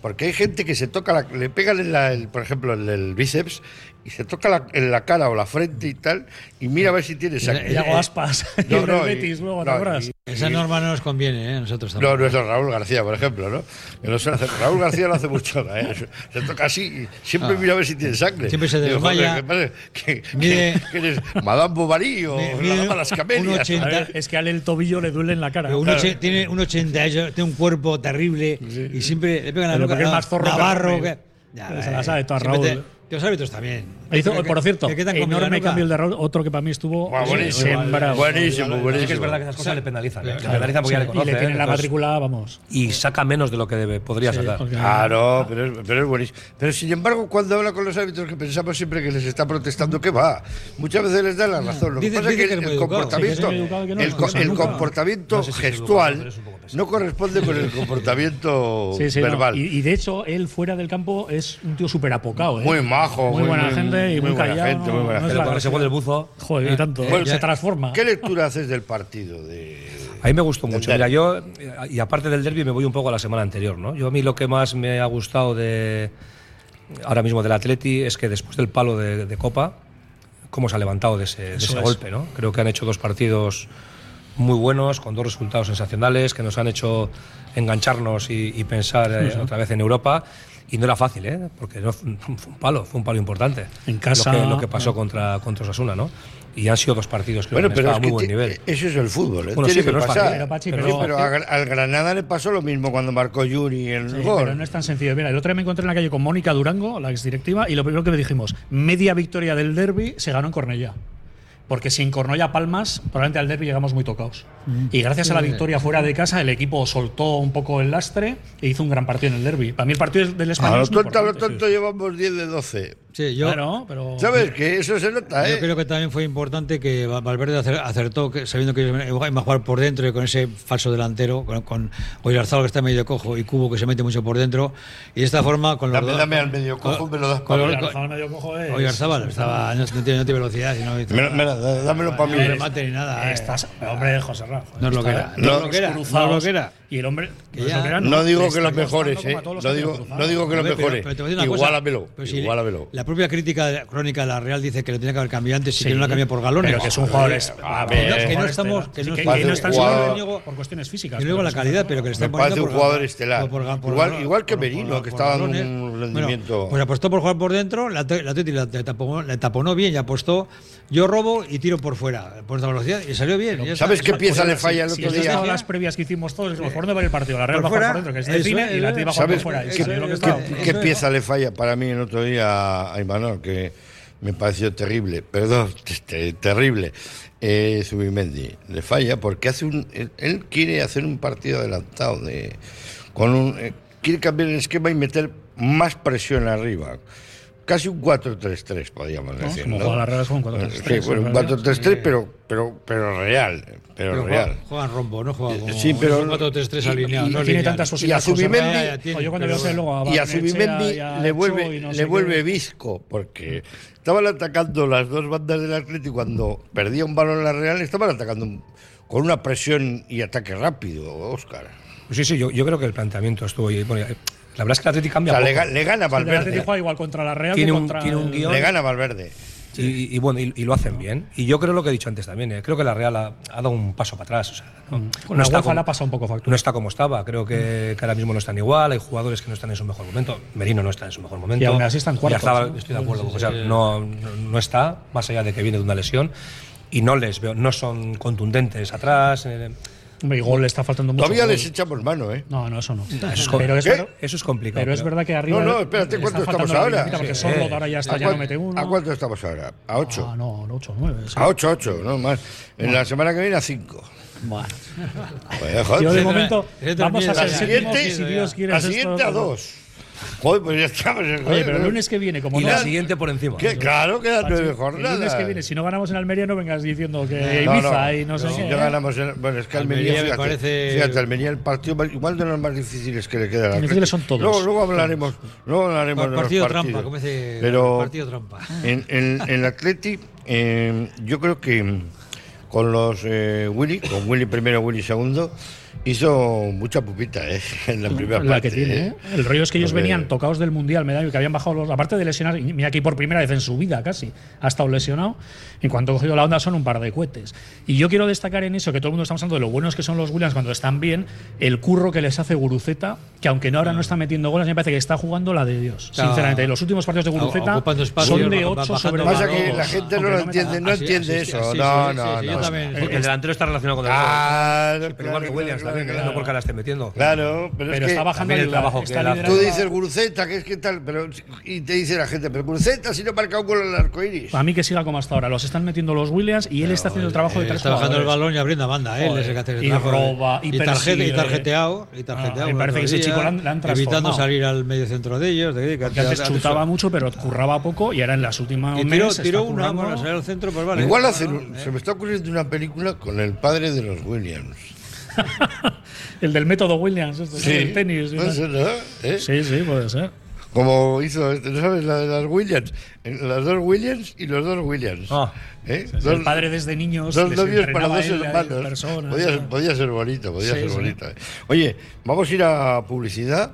Porque hay gente que se toca, la- le pegan, en la- el- por ejemplo, en el bíceps y se toca la- en la cara o la frente y tal, y mira a ver si tiene sangre.
eh,
Y hago aspas. y
No,
el
no, y-
Betis luego, ¿te
no,
acuerdas?
y-
Esa norma no nos conviene, ¿eh? Nosotros tampoco.
No, no es lo Raúl García, por ejemplo, ¿no? Que no se hace- Raúl García lo hace mucho, ¿eh? Se toca así y siempre mira a ver si tiene sangre.
Siempre se
Digo, joder,
desmaya.
¿qué pasa? ¿Que-
Mide-
que- que eres Madame Bovary o
Mi-
la
mide
dama de las
un
camelias?
ochenta.
A ver, es que al el tobillo le duele en la cara.
Pero un oche- tiene un 80 años, tiene un cuerpo terrible y siempre le pegan a
Pero
boca,
porque es
¿no?
más zorro que
Navarro.
Romero.
Ya, eh,
Se la sabe toda
siempre
Raúl.
te- los árbitros también.
Me hizo,
Pero que-
por cierto,
que quedan con
enorme
Villanueva.
cambio el de Raúl, otro que para mí estuvo
Buah, buenísimo,
sembrado.
buenísimo,
Sí que es
buenísimo.
verdad que esas cosas le penalizan. ¿eh? Le
claro,
penalizan porque ya le
y
conoce.
le
¿eh?
tienen la
Entonces-
matrícula, vamos.
Y saca menos de lo que debe, podría
Sí,
sacar.
porque-
Claro, pero es, pero es buenísimo. Pero sin embargo, cuando habla con los árbitros que pensamos siempre que les está protestando, ¿qué va? Muchas veces les da la razón. Lo que
Dicen-
pasa es que
dicen que
el,
es muy educado, sí, que
es
comportamiento,
muy educado, que no,
el,
no,
co-
no,
el
nunca.
comportamiento
No sé si es educado, pero
gestual
es un poco pesado.
no corresponde con el comportamiento
Sí, sí, no.
verbal.
Y, y de hecho, él fuera del campo es un tío súper apocado. ¿eh?
Muy majo,
Muy
muy-
buena
muy-
gente gente y
Muy
muy,
buena
callado.
gente,
no,
muy buena
no es
gente.
la
Cuando se
agresividad.
pone el buzo.
Joder, y tanto. ¿eh?
Bueno,
se transforma.
¿Qué lectura haces del partido? De...
A mí me gustó
Del
mucho.
derbi.
Mira, yo, eh, y aparte del derby, me voy un poco a la semana anterior, ¿no? Yo a mí lo que más me ha gustado de ahora mismo del Atleti es que después del palo de, de Copa, cómo se ha levantado de ese, de
Eso
ese
es.
golpe, ¿no? Creo que han hecho dos partidos muy buenos, con dos resultados sensacionales, que nos han hecho engancharnos y, y pensar eh, otra vez en Europa. Y no era fácil, ¿eh? Porque no, fue un fue un palo, fue un palo importante.
En casa,
Lo que, lo que pasó
¿no?
contra, contra Osasuna, ¿no? Y han sido dos partidos, creo
Bueno,
que han
pero es
estado a
que
muy buen
ti-
nivel.
eso es el fútbol. ¿eh?
Bueno,
Tiene
sí, pero
que
no es
pasar.
fácil.
Pero, Pachi,
Sí,
pero-
pero a Gra- al Granada le pasó lo mismo cuando marcó Yuri el
Sí,
gol.
pero no es tan sencillo. Mira, el otro día me encontré en la calle con Mónica Durango, la exdirectiva, y lo primero que me dijimos, media victoria del derby se ganó en Cornellá. Porque sin Cornellá Palmas, probablemente al derby llegamos muy tocados. Y gracias a la victoria fuera de casa, el equipo soltó un poco el lastre e hizo un gran partido en el derby. Para mí el partido del español
A lo
es muy
tonto, a lo
importante. Oh.
tonto llevamos 10 de 12.
Sí, yo,
Claro, pero
¿Sabes que Eso se nota,
Yo
¿eh?
creo que también fue importante que Va- Valverde acer- acertó, que- sabiendo que iba a jugar por dentro y con ese falso delantero, con, con Oyarzabal que está medio cojo y Cubo que se mete mucho por dentro. Y de esta forma, con los
Dame,
dos-
dame al medio cojo, me lo das
con
para
los-
mí.
Oyarzabal medio cojo es-
Oyarzabal estaba, no, no tiene, no tiene velocidad. y no hizo
Me lo- me
nada.
lo- da- dámelo para
No
mí.
hay remate ni nada. eh.
Estás, hombre, José Ramón.
No es lo que era. No es lo que era, no es lo que era.
Y el hombre.
Que ya-
No digo que los
mejores,
mejores, ¿eh? No digo, no digo que los
Hombre, pero-
mejores.
pero te voy a decir una cosa.
Igualámelo.
Pero si
Igualámelo.
La propia crítica de la crónica de la Real dice que lo tenía que haber cambiado antes y que no la cambió por galones.
Pero que son jugadores.
a
que no-
ver.
que no estamos. Que, que no están solo
jugador-
por cuestiones físicas.
Y luego la calidad, pero que le
Me
están
parece
poniendo
un
por-
jugador
por-
estelar.
por- por-
Igual,
por-
igual que
por-
Merino,
por-
que
por
estaba dando
balones.
un
Bueno,
rendimiento.
pues apostó por jugar por dentro, la te- la Atleti la, la tapó, la taponó bien y apostó. Yo robo y tiro por fuera, por esta velocidad, y salió bien. y ya
¿Sabes
está.
qué pieza le falla el
Si
otro
estas
día?
son las previas que hicimos todos, dijimos, ¿por dónde va a ir el partido? La Real va
Por
a jugar por
fuera,
dentro, que es
eso
define,
es,
y la Atleti va a jugar por
¿Sabes
fuera.
qué,
Eso es lo que
qué-
está.
qué pieza le falla para mí el otro día a Imanol? Que me pareció terrible, perdón, este, terrible. Eh, Zubimendi le falla porque hace un, él, él quiere hacer un partido adelantado, de, con un, eh, quiere cambiar el esquema y meter más presión arriba. Casi un 4-3-3, podríamos decir.
Ah, como
¿no? Eh,
juega la Real, es un 4-3-3,
Sí, bueno, un
en realidad.
4-3-3, pero, pero, pero real. Pero,
Pero
real.
juega- juegan rombo, no juega como
Sí, pero-
un 4-3-3 alineado.
y-
no
Y tiene
lineal.
tantas posibilidades.
Y a Zubimendi-
José Ramón.
tiene,
O Yo cuando
pero
veo luego
y
a
a
Barnechea
Zubimendi
y a
le
Cho
vuelve,
y no
le
sé qué.
vuelve visco, porque estaban atacando las dos bandas del Atlético cuando perdía un balón la Real, estaban atacando un- con una presión y ataque rápido, Óscar.
Pues Sí, sí, yo, yo creo que el planteamiento estuvo. y, bueno, eh, la verdad es que el Atleti
O
cambia.
sea, le,
poco.
ga- le gana
El Atleti
Valverde.
juega igual contra la Real
Tiene
que
un-
contra.
tiene un
el-
guión.
Le gana Valverde.
Y, y- y bueno, y, y lo hacen bien. Y yo creo lo que he dicho antes también. eh, Creo que la Real ha, ha dado un paso para atrás. o sea, no,
Mm. Con la
está
UEFA
como-
la pasa un poco factura.
no está como estaba. Creo que, que ahora mismo no están igual. Hay jugadores que no están en su mejor momento. Merino no está en su mejor momento.
Y aún así están cuartos,
Oyarzabal,
¿no?
Estoy de acuerdo. o sea, no, no- no está, más allá de que viene de una lesión. Y no les veo, no son contundentes atrás. eh,
Hombre, y gol le está faltando mucho.
Todavía
gol.
les echamos mano, ¿eh?
No, no, eso no.
eso, es, co-
Pero es,
¿Qué?
verdad,
Eso es complicado.
pero es verdad que arriba.
No, no, espérate,
le
¿cuánto
está
estamos
faltando la
ahora?
dinamita, Porque
Sí.
Sorlot ahora ya
¿A,
está, ya no
cuán-
mete uno.
a cuánto estamos ahora? ¿A 8?
Ah, no, 8, 9.
A 8, 8, no más. En la semana que viene a 5.
Yo de
Se tra-
momento
se tra-
vamos a
la
ser séptimos
siguiente-
y si Dios quiere
ah, La
es esto,
siguiente a
todo.
2. Joder, pues ya estamos.
Oye, pero el lunes que viene, como
Y
no.
la siguiente por encima.
Que Claro, quedan
Pachi,
nueve
El lunes
jornadas.
que viene, si no ganamos en Almería, no vengas diciendo que
No,
Ibiza
no,
y no sé
si
qué.
no ganamos en- bueno, es que Almería,
Almería me
fíjate,
parece-
fíjate, Almería el partido más- igual de los más difíciles que le quedan. al
Difíciles
Atlético.
son todos.
Luego, luego hablaremos, luego hablaremos de los
Partido
partidos.
trampa, como dice.
Pero
Partido trampa.
en, en- en el Atleti, eh, yo creo que mm, con los eh, Willy, con Willy primero, Willy segundo, hizo mucha pupita eh, en la primera
La
parte.
que tiene,
eh.
¿eh? El rollo es que ellos
Porque-
venían tocados del Mundial, me da que habían bajado los. Aparte de lesionar, y mira aquí por primera vez en su vida casi, ha estado lesionado. En cuanto ha cogido la onda, son un par de cohetes. Y yo quiero destacar en eso que todo el mundo estamos hablando de lo buenos que son los Williams cuando están bien, el curro que les hace Guruceta, que aunque no ahora no está metiendo goles, me parece que está jugando la de Dios.
Está-
Sinceramente, Y los últimos partidos de Guruceta
ocupando espacios,
son de
va- va
8
bajando
sobre
balones.
Pasa que la
Vamos,
gente no lo
aunque no me da-
entiende, no
Ah, así-
entiende
así-
eso.
así-
No,
sí, sí,
no,
sí, yo
no.
también.
Porque el delantero está relacionado
Ah,
con el
Claro,
Pero igual que Williams
claro,
también, que
claro.
no porque la esté metiendo.
Claro, pero, es
Pero
que
está bajando
también el
ayuda,
trabajo
está
que él hace.
liderando-
Tú dices Guruceta, que es que tal, pero y te dice la gente, pero Guruceta si no ha marcado un gol en el arco iris.
A mí que siga como hasta ahora. Los están metiendo los Williams y él está haciendo el trabajo de
Eh,
tres
está bajando el
jugadores.
balón y abriendo banda, ¿eh?
Joder,
Él es el que hace el
y
trabajo.
roba, y
y, tarjete- y
persigue.
tarjeteado. Y
Ah,
tarjeteado
me
el
parece
otro
que ese
día,
chico la han- la han
Evitando
transformado.
salir al medio centro de ellos. De, que
Que antes chutaba mucho, pero curraba poco y ahora en las últimas
Y tiró,
meses
tiró
está
una,
currando.
bueno, salió al centro, pues vale.
Igual
Ah,
hacer
no,
un-
eh.
se me está ocurriendo una película con el padre de los Williams.
El del método Williams, este, el tenis. y
Puede
tal.
ser, ¿no? ¿Eh?
Sí, sí, puede ser.
Como hizo, este, ¿no ¿sabes? La de las Williams. Eh, Las dos Williams y los dos Williams.
Ah.
¿Eh?
O sea,
Dos-
el padre desde niños.
Dos
les
novios para
entrenaba
dos
a él, a él,
hermanos. pues,
personas,
podía,
¿no?
podía ser bonito, podía
Sí,
ser
sí.
bonito. ¿eh? Oye, vamos a ir a publicidad.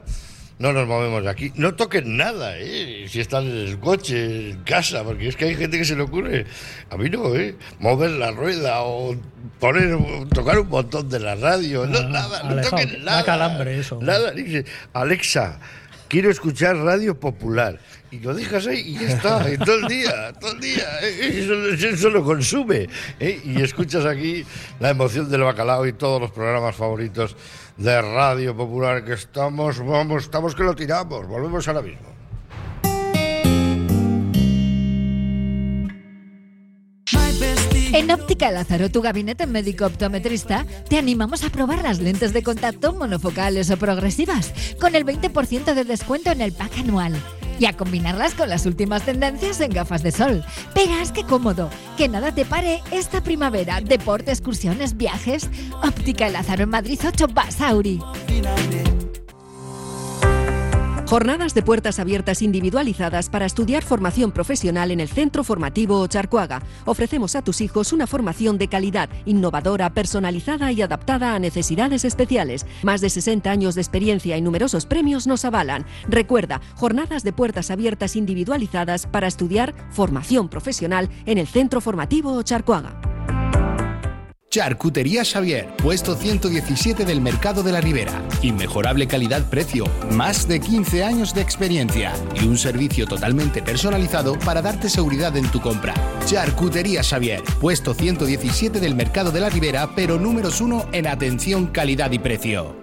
No nos movemos de aquí. No toquen nada, ¿eh? Si están en el coche, en casa, porque es que hay gente que se le ocurre. A mí no, ¿eh? Mover la rueda o poner, tocar un botón de la radio. No,
Ah,
nada, no
alejado.
toquen
Da
nada.
calambre eso.
Nada, dice, Alexa, quiero escuchar Radio Popular. Y lo dejas ahí y ya está, y todo el día, todo el día. eh, Eso, eso lo consume. ¿eh? Y escuchas aquí la emoción del bacalao y todos los programas favoritos de Radio Popular que estamos, vamos, estamos que lo tiramos. Volvemos ahora mismo.
En Óptica Lázaro, tu gabinete médico optometrista, te animamos a probar las lentes de contacto monofocales o progresivas, con el 20% de descuento en el pack anual. Y a combinarlas con las últimas tendencias en gafas de sol. Verás qué cómodo, que nada te pare esta primavera. Deporte, excursiones, viajes. Óptica Lázaro en Madrid 8 Basauri.
Jornadas de puertas abiertas individualizadas para estudiar formación profesional en el Centro Formativo Ocharcoaga. Ofrecemos a tus hijos una formación de calidad, innovadora, personalizada y adaptada a necesidades especiales. Más de 60 años de experiencia y numerosos premios nos avalan. Recuerda, jornadas de puertas abiertas individualizadas para estudiar formación profesional en el Centro Formativo Ocharcoaga.
Charcutería Xavier, puesto 117 del Mercado de la Ribera. Inmejorable calidad-precio, más de 15 años de experiencia y un servicio totalmente personalizado para darte seguridad en tu compra. Charcutería Xavier, puesto 117 del Mercado de la Ribera, pero números uno en atención, calidad y precio.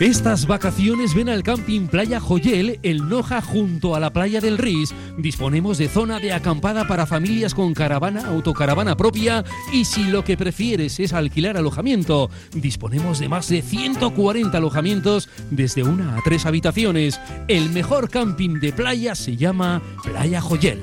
Estas vacaciones ven al camping Playa Joyel, el Noja, junto a la playa del Ris. Disponemos de zona de acampada para familias con caravana, autocaravana propia y si lo que prefieres es alquilar alojamiento, disponemos de más de 140 alojamientos desde una a tres habitaciones. El mejor camping de playa se llama Playa Joyel.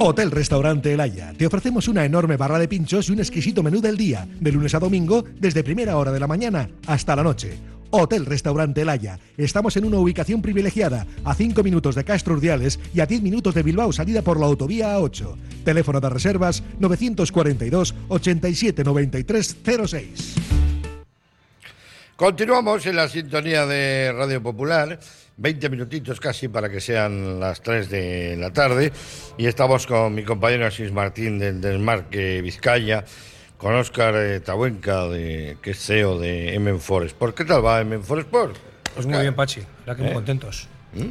Hotel Restaurante El Haya. Te ofrecemos una enorme barra de pinchos y un exquisito menú del día, de lunes a domingo, desde primera hora de la mañana hasta la noche. Hotel Restaurante El Haya. Estamos en una ubicación privilegiada, a 5 minutos de Castro Urdiales y a 10 minutos de Bilbao, salida por la autovía A8. Teléfono de reservas 942 87 93 06.
Continuamos en la sintonía de Radio Popular, 20 minutitos casi para que sean las 3 de la tarde, y estamos con mi compañero Asís Martín del Desmarque Vizcaya, con Óscar eh, Tabuenca, de, que es CEO de MN4 Sport. ¿Qué tal va MN4 Sport?
Pues muy bien, Pachi. La que
¿Eh?
muy contentos.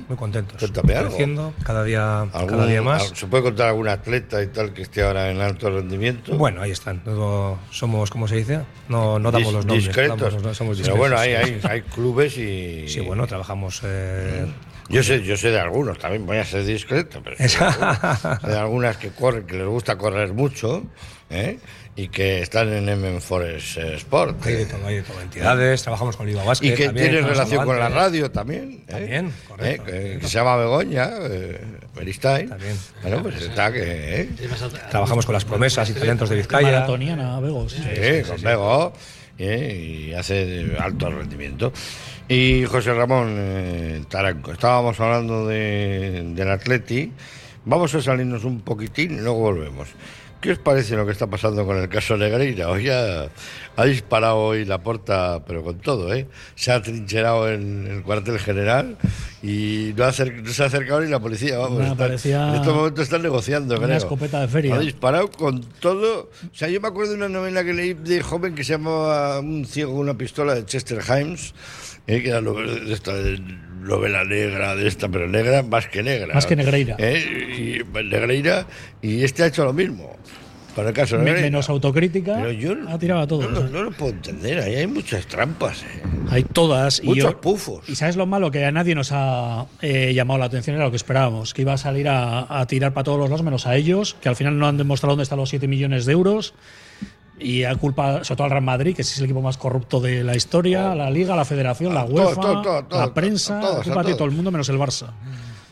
Muy contentos.
Cuéntame algo.
Creciendo cada día, cada
¿Algún-
día más.
al- ¿Se puede contar algún atleta y tal que esté ahora en alto rendimiento?
Bueno, ahí están. No- somos, ¿cómo se dice? No, no damos
Dis-
los nombres.
discretos.
damos los-
Pero
somos discretos.
bueno, hay,
sí,
hay,
sí.
hay clubes y.
Sí, bueno, trabajamos. eh,
Mm. Yo sé, yo sé de algunos también, voy a ser discreto, pero sé de, algunos. Sé de algunas que corren, que les gusta correr mucho ¿eh? y que están en MM Forest eh, Sport.
Hay de todo, hay de todo. Entidades, trabajamos con Liga Basket.
Y que
también,
tiene
con
relación con la
Salvante.
radio también. ¿eh?
También, correcto.
¿Eh? Que, que se llama Begoña, eh, Beristain. Bueno, pues está que. ¿eh?
Trabajamos con las promesas y talentos de Vizcaya.
Maratoniana, Bego, sí.
Sí, con Bego, eh, y hace de alto rendimiento. Y José Ramón eh, Taranco, estábamos hablando de- del Atleti. Vamos a salirnos un poquitín y luego volvemos. ¿Qué os parece lo que está pasando con el caso Negreira? Hoy ha, ha disparado hoy la puerta, pero con todo, ¿eh? Se ha trincherado en el cuartel general y no, ha acer- no se ha acercado ni la policía. Vamos,
Nada,
están-
parecía
en estos momentos están negociando,
una
creo.
escopeta de feria.
Ha disparado con todo. O sea, yo me acuerdo de una novela que leí de joven que se llamaba Un ciego con una pistola de Chester Himes, eh, que era novela, de esta, de novela negra, de esta, pero negra más que negra.
Más que negreira.
Eh, y, negreira, y este ha hecho lo mismo. Para el caso
Me-
Negreira.
menos autocrítica.
Pero yo no,
ha tirado a todos. ¿eh?
no lo- no lo puedo entender, ahí hay muchas trampas. eh.
Hay todas. y
Muchos
yo-
pufos.
Y sabes lo malo que a nadie nos ha eh, llamado la atención, era lo que esperábamos, que iba a salir a, a tirar para todos los lados, menos a ellos, que al final no han demostrado dónde están los 7 millones de euros. Y a culpa, sobre todo al Real Madrid, que es el equipo más corrupto de la historia,
Oh.
la Liga, la Federación, la
todo,
UEFA,
todo, todo, todo,
la prensa,
a todos, a
culpa tiene
todos.
todo el mundo menos el Barça.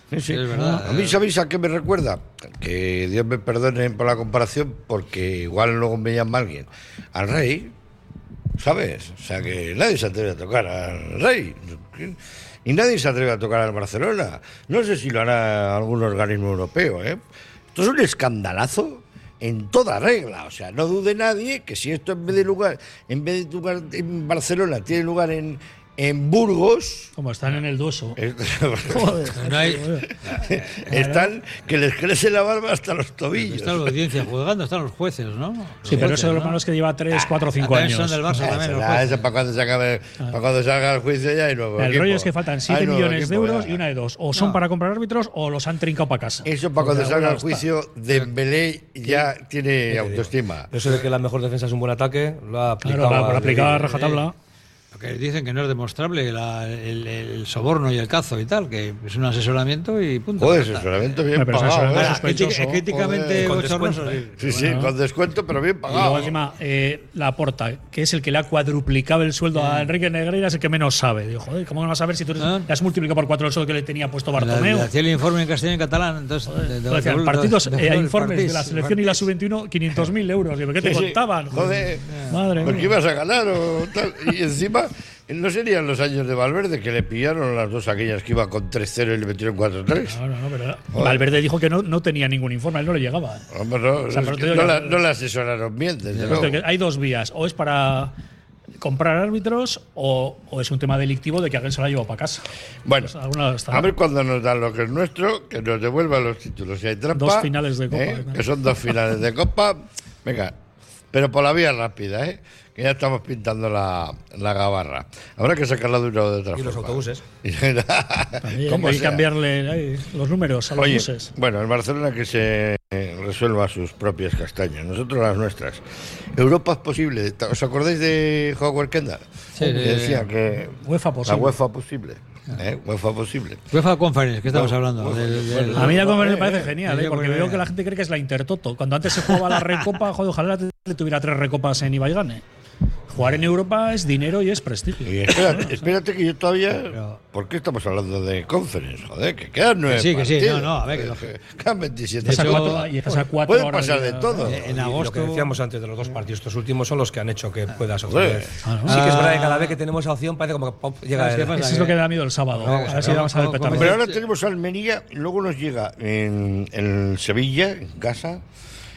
Sí,
es verdad.
A mí, ¿sabéis a qué me recuerda? Que Dios me perdone por la comparación, porque igual luego me llama alguien. Al rey, ¿sabes? O sea, que nadie se atreve a tocar al rey. Y nadie se atreve a tocar al Barcelona. No sé si lo hará algún organismo europeo, ¿eh? Esto es un escandalazo en toda regla. O sea, no dude nadie que si esto en vez de lugar, en vez de lugar en Barcelona, tiene lugar en, en Burgos.
Como están en el duoso.
Eh, No hay,
Están que les crece la barba hasta los tobillos.
está la audiencia juzgando, están los jueces, ¿no?
Sí, pero eso de los
malos
malos que lleva 3, 4, 5
también
años.
son del Barça,
Ah,
también los
será,
jueces.
eso para cuando, se acabe- para cuando salga el juicio ya hay nuevo
pues. Ah. El
equipo.
rollo es que faltan
Hay
7
nuevo
millones de
equipo,
euros
ya.
y una de dos. O son para comprar árbitros o los han trincado para casa.
Eso para cuando
Porque
salga el
alguna está.
juicio, Dembélé ya
Eh,
tiene autoestima.
Yo sé de que la mejor defensa es un buen ataque. Lo ha aplicado.
claro,
al-
para aplicar la rajatabla.
eh,
Lo que dicen que no es demostrable la- el, el soborno y el cazo y tal, que es un asesoramiento y punto.
Joder,
Ya está.
asesoramiento bien
eh, pero
pagado.
asesoramiento
¿eh?
Ah, crítica- críticamente
Joder.
bochornoso, eh.
Sí,
sí.
sí,
Bueno.
con descuento, pero bien
Y luego
pagado.
encima, eh, Laporta, que es el que le ha cuadruplicado el sueldo
Mm.
a Enrique Negreira, es el que menos sabe. Digo, joder, ¿cómo no vas a saber si tú eres-
Ah.
le has multiplicado por cuatro el sueldo que le tenía puesto
La-
Bartomeu?
le Hacía el informe en castellano y en catalán, entonces. de- de-
Lo decían,
de-
partidos,
de-
eh,
de-
informes de
partís,
la selección y la sub-21, 500.000 euros. Digo, ¿Qué te
Sí, sí.
contaban?
Joder,
Madre
porque
mía.
ibas a ganar o tal. Y encima, no serían los años de Valverde que le pillaron las dos aquellas que iba con 3-0 y le metieron 4-3.
No, no, no, pero Valverde dijo que no, no tenía ningún informe, a él no le llegaba.
Hombre, no,
O sea,
es
pero
que
te digo
no
que-
la, no la asesoraron bien, desde
Pues
luego.
que Hay dos vías. O es para comprar árbitros o, o es un tema delictivo de que alguien se lo ha llevado para casa.
Bueno,
Pues alguna está-
a ver cuándo nos dan lo que es nuestro, que nos devuelvan los títulos. Si hay trampa,
Dos finales de Copa,
¿eh?
¿no?
que son dos finales de copa. Venga, pero por la vía rápida, ¿eh? que ya estamos pintando la, la gabarra. Habrá que sacarla de una o de otra.
Y los
forma.
autobuses.
También
Como
hay que
sea.
cambiarle ahí, los números a los
Oye,
buses.
bueno, el Barcelona que se eh, resuelva sus propias castañas, nosotros las nuestras. Europa es posible. ¿Os acordáis de Howard Kendall?
Sí,
que
sí, sí.
decía que
UEFA posible.
la UEFA posible. ¿eh? UEFA posible.
UEFA Conference, que estamos
Bueno,
hablando.
bueno,
del- del-
bueno.
A mí la
Bueno,
conferencia
eh,
me parece
eh,
genial,
yo
¿eh? porque
creo
veo
que-
que la gente cree que es la Intertoto. Cuando antes se jugaba la Recopa, joder, ojalá le tuviera tres recopas en Ibaigane. jugar en Europa es dinero y es prestigio.
Espérate, espérate que yo todavía. ¿Por qué estamos hablando de conference? Joder, que quedan nueve.
Que sí, que sí,
partidos. Eh,
no, no, a ver, que lo-
Quedan 27.
Estás a cuatro- y estás a cuatro
Pueden
horas
pasar
de-
de todo.
Eh, en agosto- lo que decíamos antes de los dos partidos, estos últimos son los que han hecho que puedas ofrecer.
Joder.
Ah,
Sí que es verdad que cada vez que tenemos la opción parece como que pop, llega
¿Sabes qué
el-
pasa? Eso Ah, es lo que da miedo el sábado.
No,
a ver si vamos a ver petardos.
Pero ahora tenemos Almería, luego nos llega en, en Sevilla, en casa.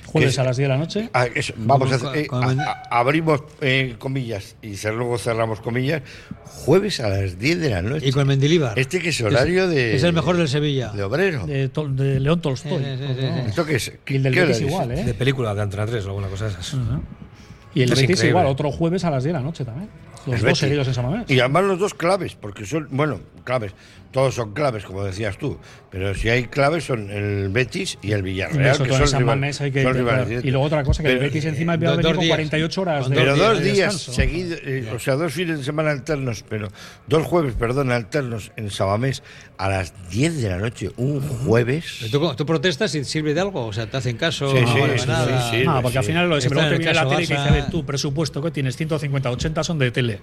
Jueves
que-
a las 10 de la noche.
Ah, eso, vamos a,
Con-
hacer- eh,
con-
a- a- abrimos eh, comillas y cer- luego cerramos comillas jueves a las 10 de la noche.
Y con Mendilibar.
Este que es horario
Es-
de
es el mejor del Sevilla.
de obrero.
De, Tol- de León Tolstoy.
¿Esto qué es?
Y el del
¿Qué hora
Betis
es?
igual, ¿eh?
de película de Antena 3 o alguna cosa de esas.
Y el
Es
Betis
increíble.
igual, otro jueves a las 10 de la noche también. Los
El
dos
Betis.
seguidos en Samamés.
Y además los dos claves, porque son, bueno, claves, todos son claves, como decías tú, pero si hay claves son el Betis y el Villarreal.
Eso,
que
todo en
son
San
rival-
Mamés hay que
son
intentar.
rivales directos.
Y luego otra cosa, que el
Pero,
Betis encima
eh,
va a
dos-
venir
dos
con
días.
48 horas de
Pero
de
dos días
descanso.
seguidos, eh, o sea, dos fines de semana alternos, pero dos jueves, perdón, alternos en Sabamés a las 10 de la noche, un jueves.
¿Tú, tú protestas y sirve de algo? O sea, ¿te hacen caso?
Sí,
no
sí,
vale
sí,
nada.
sí, sí.
Ah, porque al final lo de
Está
siempre
en
te
el
viene la
caso
tele y te dice,
Barça.
a ver, tu presupuesto que tienes, 150, 80 son de tele.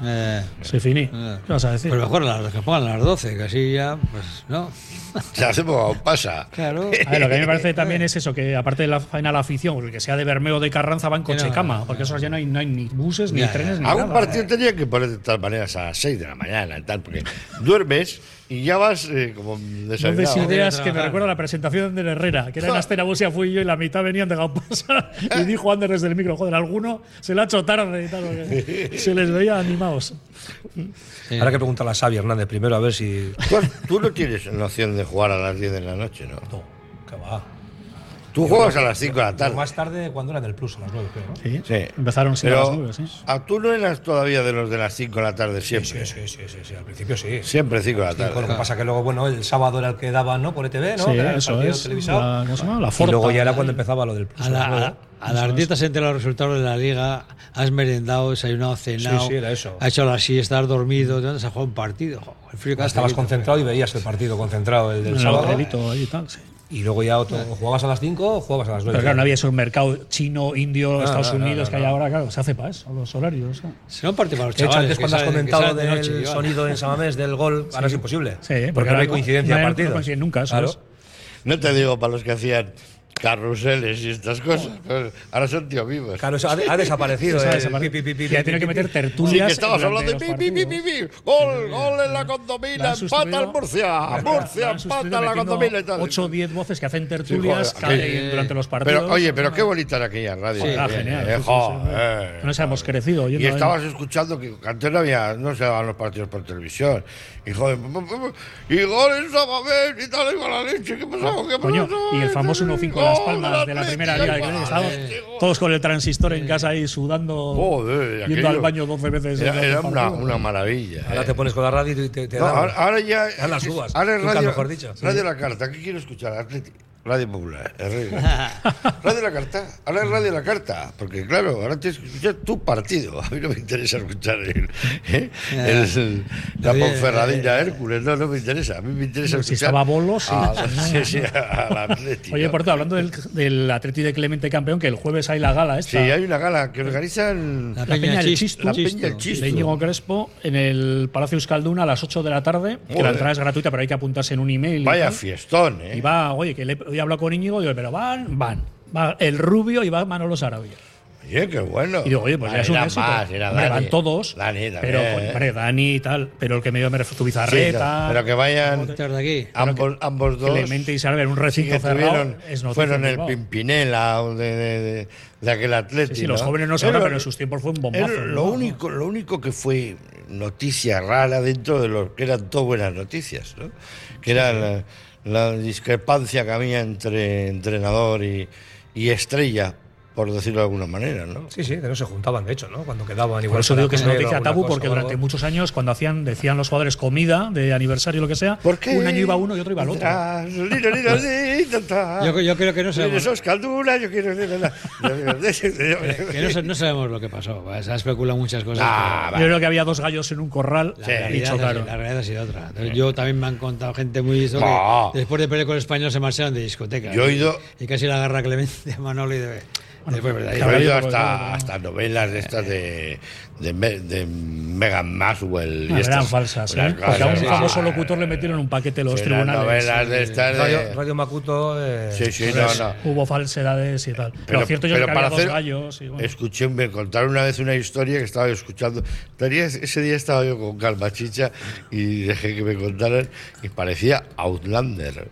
Eh,
Se finí. ¿Qué vas a decir?
Pero mejor las, que pongan a las 12, que así ya, pues no.
Se hacemos pasa. Eh,
Claro.
A ver, lo que a mí me parece también es eso, que aparte de la faena a la afición, porque que sea de Bermeo o de Carranza, van coche
no,
cama, porque eso ya no hay, no hay ni buses, ni
Ya, ya.
trenes, ni
A
nada.
un partido tenía que poner de tal manera a las 6 de la mañana, y tal, porque duermes y ya vas eh, como
No
desayunado.
des ideas que me recuerda a la presentación de Herrera, que era en Astera Busia, fui yo y la mitad venían de Gampasa y dijo Ander desde el micro, joder, alguno se le ha hecho tarde y tal, porque se les veía animados.
Ahora que preguntar a Xavi Hernández primero a ver si.
Tú, tú no tienes noción de jugar a las 10 de la noche, ¿no? No,
que va.
Tú juegas a las 5 de la tarde.
Más tarde cuando era del Plus, a las 9, creo. ¿no?
Sí.
Empezaron siendo
Pero
las nueve,
¿eh?
sí.
¿A tú no eras todavía de los de las 5 de la tarde siempre?
Sí, sí, sí, sí, sí, al principio sí.
Siempre 5 de la
Sí,
tarde.
lo que pasa que luego, bueno, el sábado era el que daban, ¿no? Por ETV, ¿no?
Sí,
Era el
eso
partido
es.
televisado.
La- ¿cómo se llama? La
y
Forta.
luego ya era cuando empezaba lo del Plus.
A, la- a, la- a las 10 has enterado los resultados de la liga, has merendado, desayunado, cenado.
sí, era eso.
Has hecho la siesta, has dormido, ¿dónde se ha jugado un partido? Jo, el frío que hace
Estabas
aquí.
concentrado y veías el partido concentrado, el del
En el
sábado.
hotelito ahí y tal, sí.
Pues
Y luego ya otro, o jugabas a las 5 o jugabas a las 9.
Pero claro, no había esos mercados chino, indio,
No,
Estados
no, no,
Unidos
no,
que hay ahora, claro, se hace para eso, los horarios. ¿eh? ¿no?
Si no, parte para los
De hecho,
chavales.
antes
que
cuando has
salen- que
comentado
salen de
del
noche, Iván.
sonido en Samamés del gol, ahora es imposible.
Sí, porque
porque no
ahora
hay
no-
coincidencia
no
de
hay- no
partidos.
coinciden nunca, eso es.
No te digo para los que hacían carruseles y estas cosas. pero Ahora son tío vivos.
Claro, eso ha, ha desaparecido.
Eso ha
el
desaparecido.
pi, pi, pi,
Y
pi,
ha
pi,
tenido
pi,
que
pi.
meter tertulias Sí, que estabas durante hablando de los pi, pi, partidos. Gol, gol en la condomina, empata el Murcia. Murcia, empata la condomina y tal.
8 o 10 voces que hacen
Sí,
tertulias
joder,
cada-
aquello.
durante los partidos.
Pero, oye, pero qué bonita era aquella radio.
Sí, ah,
Eh,
genial,
eh,
sí, sí,
joder.
No nos hemos crecido.
Y
oyendo
estabas
ahí.
escuchando que antes no, había, no se daban los partidos por televisión. Y joder, pu- pu- pu- y goles a Babel y tal, y con la leche, ¿qué pasó? ¿Qué
Coño,
pasó?
y el famoso 1-5 Las Palmas de la primera liga de Grecia, estábamos todos con el transistor en casa ahí sudando,
Joder,
yendo al
aquello.
baño 12 veces.
Era,
durante el
era una,
partido.
una maravilla.
Ahora
eh.
te pones con la radio y te, te
No,
dan-
ahora, ahora ya.
te dan las uvas.
Ahora es
Nunca,
radio,
mejor dicho.
radio La Carta. ¿Qué quiero escuchar? Atleti- Radio Popular. es Radio, Radio La Carta. Ahora es Radio La Carta. Porque, claro, ahora tienes que escuchar tu partido. A mí no me interesa escuchar el, ¿eh? el- el- la
Oye,
eh,
Ponferradina Hércules. No, no me interesa. A mí me interesa
Pero si
escuchar.
estaba Bolos, sí.
a- sí, sí, al Atleti.
Oye, por cierto, hablando del, del Atleti de Clemente campeón, que el jueves hay la gala esta.
Sí, hay una gala que organizan
Ah,
La Peña, del Chistu,
La Peña del Chistu.
de Íñigo Crespo en el Palacio Euskalduna a las 8 de la tarde. Que
Joder.
la entrada es gratuita, pero hay que apuntarse en un email. y
Vaya
tal.
fiestón, ¿eh?
Y va, oye, que le, hoy he hablado con Íñigo, digo, pero van, van. Va el rubio y va Manolo Sarabia.
Oye, qué bueno.
Y digo, oye, pues
Ah,
ya es un
era
éxito.
más, era
Hombre,
Dani.
van todos,
Dani también,
pero
¿eh?
hombre, Dani y tal, pero el que medio me refiero, tu
Sí,
bizarreta,
pero que vayan
aquí.
ambos, ambos dos.
Clemente y Sarabia en un recinto
que
cerrado,
tuvieron-
es noticia
fueron
en
el
Bilbao.
Pimpinela o de, de, de- de aquel atleta.
Sí, sí, los jóvenes no sabrán, pero en sus tiempos fue un bombazo. ¿no?
lo, único, lo único que fue noticia rara dentro de lo que eran todas buenas noticias, ¿no? que era la, la discrepancia que había entre entrenador y, y estrella, por decirlo de alguna manera. ¿no?
Sí, sí, que no se juntaban, de hecho, ¿no? Cuando quedaban igual.
Por eso
para
digo que es
comer o
noticia
alguna
tabú,
cosa
porque
o algo.
durante muchos años, cuando hacían, decían los jugadores comida de aniversario o lo que sea, un año iba uno y otro iba el otro.
Ah,
Yo, yo creo que no
Yo
sabemos.
quiero escaldura, yo quiero.
Eh, Que no, sa- no sabemos lo que pasó. pues, Se ha especulado muchas cosas.
Ah,
pero-
Yo creo que había dos gallos en un corral
La realidad
y
es-
chocaron.
la realidad ha sido otra. Entonces, Yo también me han contado gente muy eso
No.
que después de pelear con el español se marcharon de discoteca.
Yo he ido-
Y casi la agarra Clemente a Manolo y de, Después, ¿verdad?
He leído hasta, hasta novelas de estas de, de, Me- de Megan Maxwell. y
No, eran
estas-
falsas, ¿eh?
las-
Porque a un
las-
famoso locutor le metieron un paquete los
Serán
tribunales.
novelas de estas de-
Radio, Radio Macuto. eh,
Sí, sí,
pues,
no, no.
Hubo falsedades y tal.
Pero-
lo cierto yo es
pero
que
para
había dos
hacer-
gallos. y bueno.
Escuché, me contaron una vez una historia que estaba yo escuchando. Tenía- ese día estaba yo con calma chicha y dejé que me contaran y parecía Outlander.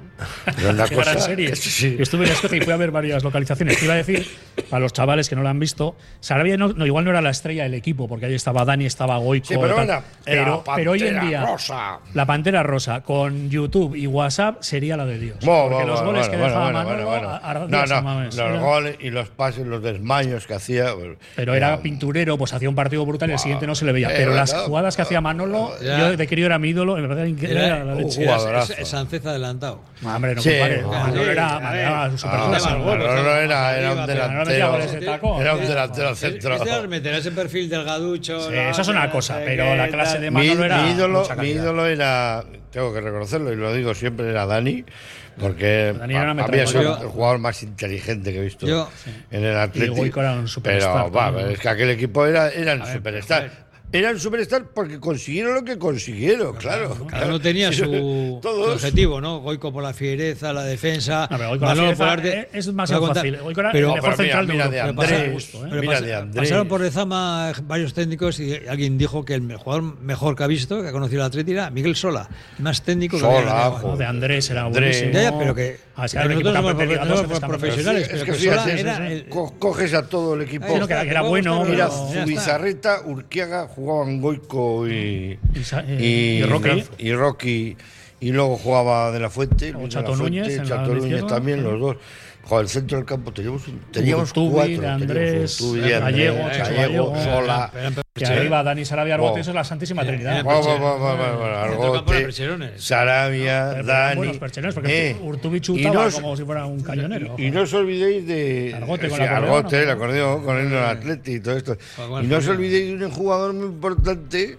Era una
Que era
cosa.
en serie.
Sí, sí.
Yo estuve en Escocia y fui a ver varias localizaciones. Te iba a decir, para los chavales que no la han visto, Sarabia no, no, igual no era la estrella del equipo, porque ahí estaba Dani, estaba Goico.
Sí, pero
tal.
era- era
pero, pero hoy en
Pantera
día,
Rosa.
la Pantera Rosa con YouTube y WhatsApp sería la de Dios.
Bueno,
porque
bueno,
los goles
bueno,
que
bueno,
dejaba
bueno,
Manolo
bueno,
a-
bueno.
a
No,
Ardiles,
no,
mames,
los
era-
goles y los pases, los desmayos que hacía. pues,
Pero era pinturero, pues hacía un partido brutal y el siguiente no se le veía.
Eh,
Pero las
¿verdad?
jugadas que hacía Manolo,
Ya.
yo de crío era mi ídolo, me parecía increíble, era la leche.
Sanceza adelantado.
No, Ah, hombre, no
Sí,
compares.
Ah,
hombre.
Manolo era,
A
Manolo
ver,
era
a
super
ver, Manolo
era- era un delantero. Era un delantero centro.
meter ese perfil delgaducho.
Sí,
no,
eso es una
no
cosa,
sé
pero
qué,
la clase
tal.
de
mi,
Manolo era
mi ídolo,
mucha
mi
calidad.
ídolo era, tengo que reconocerlo y lo digo siempre, era Dani, porque
Dani era una
había sido
metralleta.
el jugador más inteligente que he visto
Yo-
en el
Y Goico
Atlético.
era un superstar
Pero va,
también.
es que aquel equipo era,
A
eran
ver,
superstar. Eran superstar porque consiguieron lo que consiguieron, claro. claro,
Cada uno tenía
Sí,
su, su
todos.
objetivo, ¿no? Goico por la fiereza, la defensa.
No, pero Goico la
Manolo
fiereza
por arte-
es- es demasiado
Voy a
fácil. Goico era el
Pero,
mejor Pero mira, central de mira de Europa.
Pero
Andrés,
pasa-
mira
pero
de
pasa-
Andrés.
Pasaron por Lezama varios técnicos y alguien dijo que el jugador mejor que ha visto, que ha conocido la Atleti, era Miguel Sola. Más técnico que había ganado.
No, de Andrés era buenísimo.
Ya, ya, pero que,
Ah, sí,
que
ahora el equipo
nosotros somos
campeón de Liga dos veces
profesionales,
campeón.
profesionales,
Es
pero
que
que
fíjate,
Sola
es-
era
es-
el-
co- coges a todo el equipo.
Ahí está,
que era bueno,
Mira,
pero-
Ya está.
Zubizarreta, Urquiaga, jugaban Goico y,
Sa-
y,
y Rocky.
y Rocky. Y luego jugaba De La Fuente, Luis de la
Chato
Fuente,
Núñez en la
Chato
banda
Núñez
izquierda,
también,
sí.
los dos. Joder, el centro del campo teníamos, un- teníamos
Urtubi,
cuatro.
de
teníamos
Andrés,
Urtubi, de Andrés,
Gallego, Chacho
Gallego,
Gallego.
Sola.
Que arriba Dani Sarabia Argote,
Wow.
eso es la Santísima Trinidad.
Guau, guau, guau, guau, guau, guau,
campo eran
Argote,
percherones.
Sarabia,
Pero eran
Dani.
buenos percherones, porque
eh,
Urtubi
y no
chutaba
os-
como si fuera un cañonero.
y no os olvidéis de
Argote con
sí,
la
Argote, el acordeón, con el Atleti y todo esto.
con el
Y no os
acordeón.
olvidéis de un jugador muy importante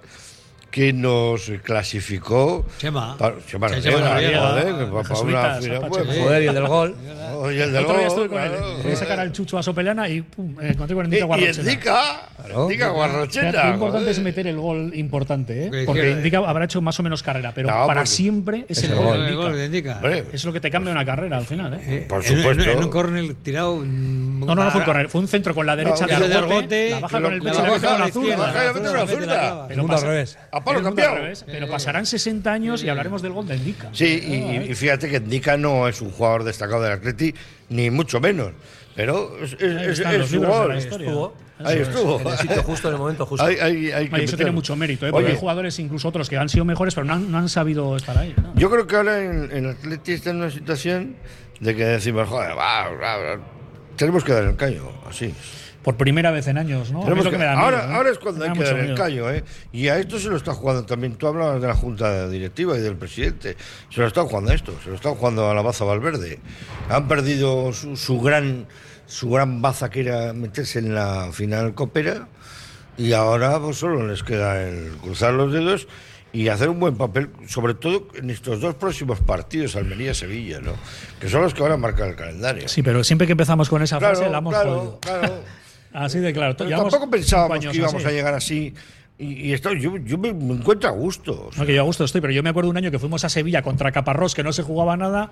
que nos clasificó.
Chema.
Para, Chema
Sí,
Noriega,
Chema Noriega,
joder,
el
que para- para
jesuita,
una final.
Zapache.
bueno,
Joder, y el del
gol.
Oh, y el del
Otro
gol.
día estuve con él.
claro.
Fui a sacar al Chucho a Sopelana y pum, eh, encontré con
Y-
Endica
Y
Guarrochena.
el Dica, el Dica
O sea, Lo
Guarrochena.
importante
joder.
es meter el gol importante,
eh. Que
¿eh? porque
izquierda.
Indica habrá hecho más o menos carrera, pero
No,
para
porque
siempre es
es
el
el
gol
gol,
de
el gol de Indica.
Indica.
Hombre,
Es lo que te cambia una carrera al final. ¿eh?
Por supuesto. En, un córner tirado. No,
No, no, no fue un córner, fue un centro con la derecha
No,
de
de
Argote,
Argote,
la baja
lo-
con el
la
pecho y le
baja
pega
a
una
la
zurda.
izquierda, la zurda, la zurda.
Pero
Mundo al
pasa-
revés. A palo
Pero es mundo
cambiado.
al revés, Pero pasarán 60 años y hablaremos del gol de Indica. Ah,
Sí, y- y, y fíjate que Nica no es un jugador destacado del Atleti, ni mucho menos. Pero es, es,
Ahí
es,
están
es
los
su
libros de la
gol.
historia.
Estuvo.
Eso
Ahí
es.
estuvo.
En el sitio justo,
en el momento justo.
Hay, hay, hay que
Oye, eso tiene
meterlo.
mucho mérito, ¿eh? porque
Oye,
hay jugadores, incluso otros, que han sido mejores, pero no han, no han sabido estar ahí. ¿no?
Yo creo que ahora en, en el Atleti está en una situación de que decimos, joder, va, va, va, tenemos que dar el caño, así.
Por primera vez en años, ¿no? A mí
Tenemos
es lo
que-
que me da miedo,
ahora,
¿eh?
ahora es cuando
Me
hay
da
que
mucho
dar el
miedo.
callo, ¿eh? Y a esto se lo está jugando también. Tú hablabas de la junta directiva y del presidente. Se lo está jugando a esto, se lo está jugando a la baza Valverde. Han perdido su, su gran su gran baza que era meterse en la final copera y ahora pues, solo les queda el cruzar los dedos y hacer un buen papel, sobre todo en estos dos próximos partidos, Almería-Sevilla, ¿no? Que son los que van a marcar el calendario.
Sí, pero siempre que empezamos con esa
Claro,
frase la hemos
claro,
jodido.
claro.
Así de claro.
Pero
Llevamos
tampoco
cinco
pensábamos
años
que íbamos a
así.
llegar así. Y, y esto, yo, yo me, me encuentro a gusto. o sea,
No, que yo a gusto estoy, pero yo me acuerdo un año que fuimos a Sevilla contra Caparrós, que no se jugaba nada,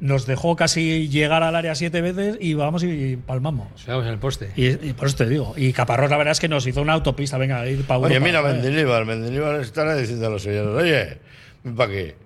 nos dejó casi llegar al área siete veces y vamos y palmamos.
Vamos en el poste.
Y, y por eso te digo. Y Caparrós, la verdad es que nos hizo una autopista, venga, ir para
Oye, mira, Mendelíbar, Mendelíbar estará diciendo a los señores, oye, ¿para qué?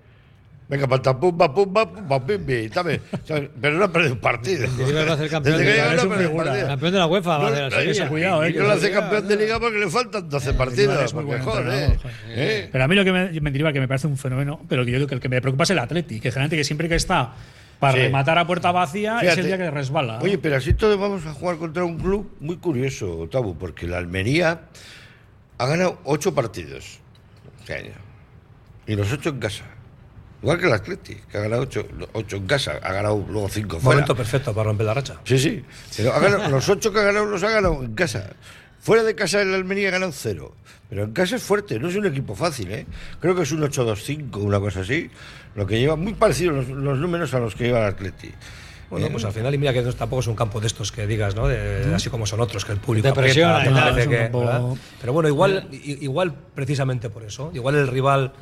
Venga, pata, pumba, pumba, pumba, pim, pim, dame. O sea, Pero no ha perdido un partido.
Mendilibar va a ser campeón
Desde
de
que llegó no
Liga, es
ha
un
perdido un
figura.
partido.
Campeón de la UEFA, va a
No,
hacer la
no,
Sevilla.
eso,
Cuidado, eh,
y
que
no lo
la
hace
Sevilla,
campeón de liga porque le faltan 12
Mendilibar
partidos.
es muy
Porque,
buen
joder,
entrenador, joder.
¿eh?
Pero a mí lo que me, me diría que me parece un fenómeno, pero que yo creo que el que me preocupa es el Atleti, que generalmente que siempre que está para
Sí.
rematar a puerta vacía es
Fíjate.
el día que resbala.
Oye, pero así todos vamos a jugar contra un club muy curioso, Otavu, porque la Almería ha ganado ocho partidos este año. Y los ocho en casa. Igual que el Atleti, que ha ganado ocho, ocho en casa, ha ganado luego cinco fuera.
Momento perfecto para romper la racha.
Sí, sí. Pero ha ganado- los ocho que ha ganado los ha ganado en casa. Fuera de casa el Almería ha ganado cero. Pero en casa es fuerte, no es un equipo fácil, ¿eh? Creo que es un 8-2-5, una cosa así. Lo que lleva muy parecido los, los números a los que lleva el Atleti.
Bueno, pues al final, y mira que no- tampoco es un campo de estos que digas, ¿no? De-
¿Mm?
así como son otros, que el público.
Te presiona
aprieta,
y tal,
parece
es un
que-
campo-
¿verdad? Pero bueno, igual, i- igual precisamente por eso. Igual el rival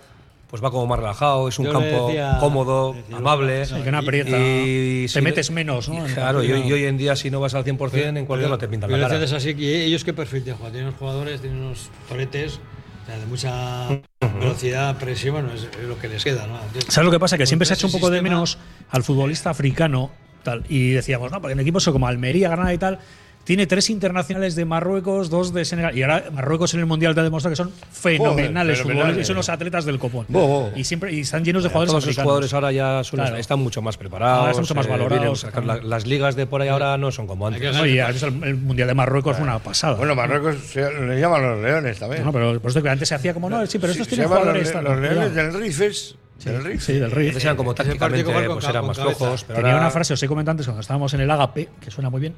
pues va como más relajado, es un
Yo le
campo
decía-
cómodo, amable.
Sí, que no aprieta, te metes menos, ¿no?
y claro, y, hoy- y hoy en día, si no vas al 100%, en cualquier
Pero-
lado te pintan
pero
la cara.
entonces así que eh, ellos qué perfil te juegan. Tienen unos jugadores, tienen unos toretes o sea, de mucha velocidad, presión, bueno, es es lo que les queda, ¿no? Entonces,
¿Sabes lo que pasa? Que
con
siempre se ha hecho
ese
un poco de
sistema-
menos al futbolista africano tal, y decíamos, no, porque en equipos como Almería, Granada y tal, tiene tres internacionales de Marruecos, dos de Senegal. Y ahora Marruecos en el Mundial te ha demostrado que son fenomenales
fenomenales.
futbolistas y son los atletas del copón.
Bo, bo.
Y siempre y están llenos de
Todos
jugadores
los
africanos.
jugadores ahora ya son-
Claro.
están mucho más preparados. eh,
Ahora están mucho más valorados,
vienen, o sea,
claro.
la- las ligas de por ahí ahora no son como antes.
No, y antes el, el Mundial de Marruecos fue una pasada.
Bueno, Marruecos se- le llaman los leones también.
No, pero por eso que antes se hacía como, no, sí, pero estos
Se
tienen
llaman los
jugadores.
le-
tal,
los,
no,
leones
cuidado.
del Rif es. Del Rif.
Sí, del Rif.
Antes eran como tácticamente, pues eran más flojos. Pero
Tenía
ahora-
una frase, os he comentado antes, cuando estábamos en el Agape, que suena muy bien.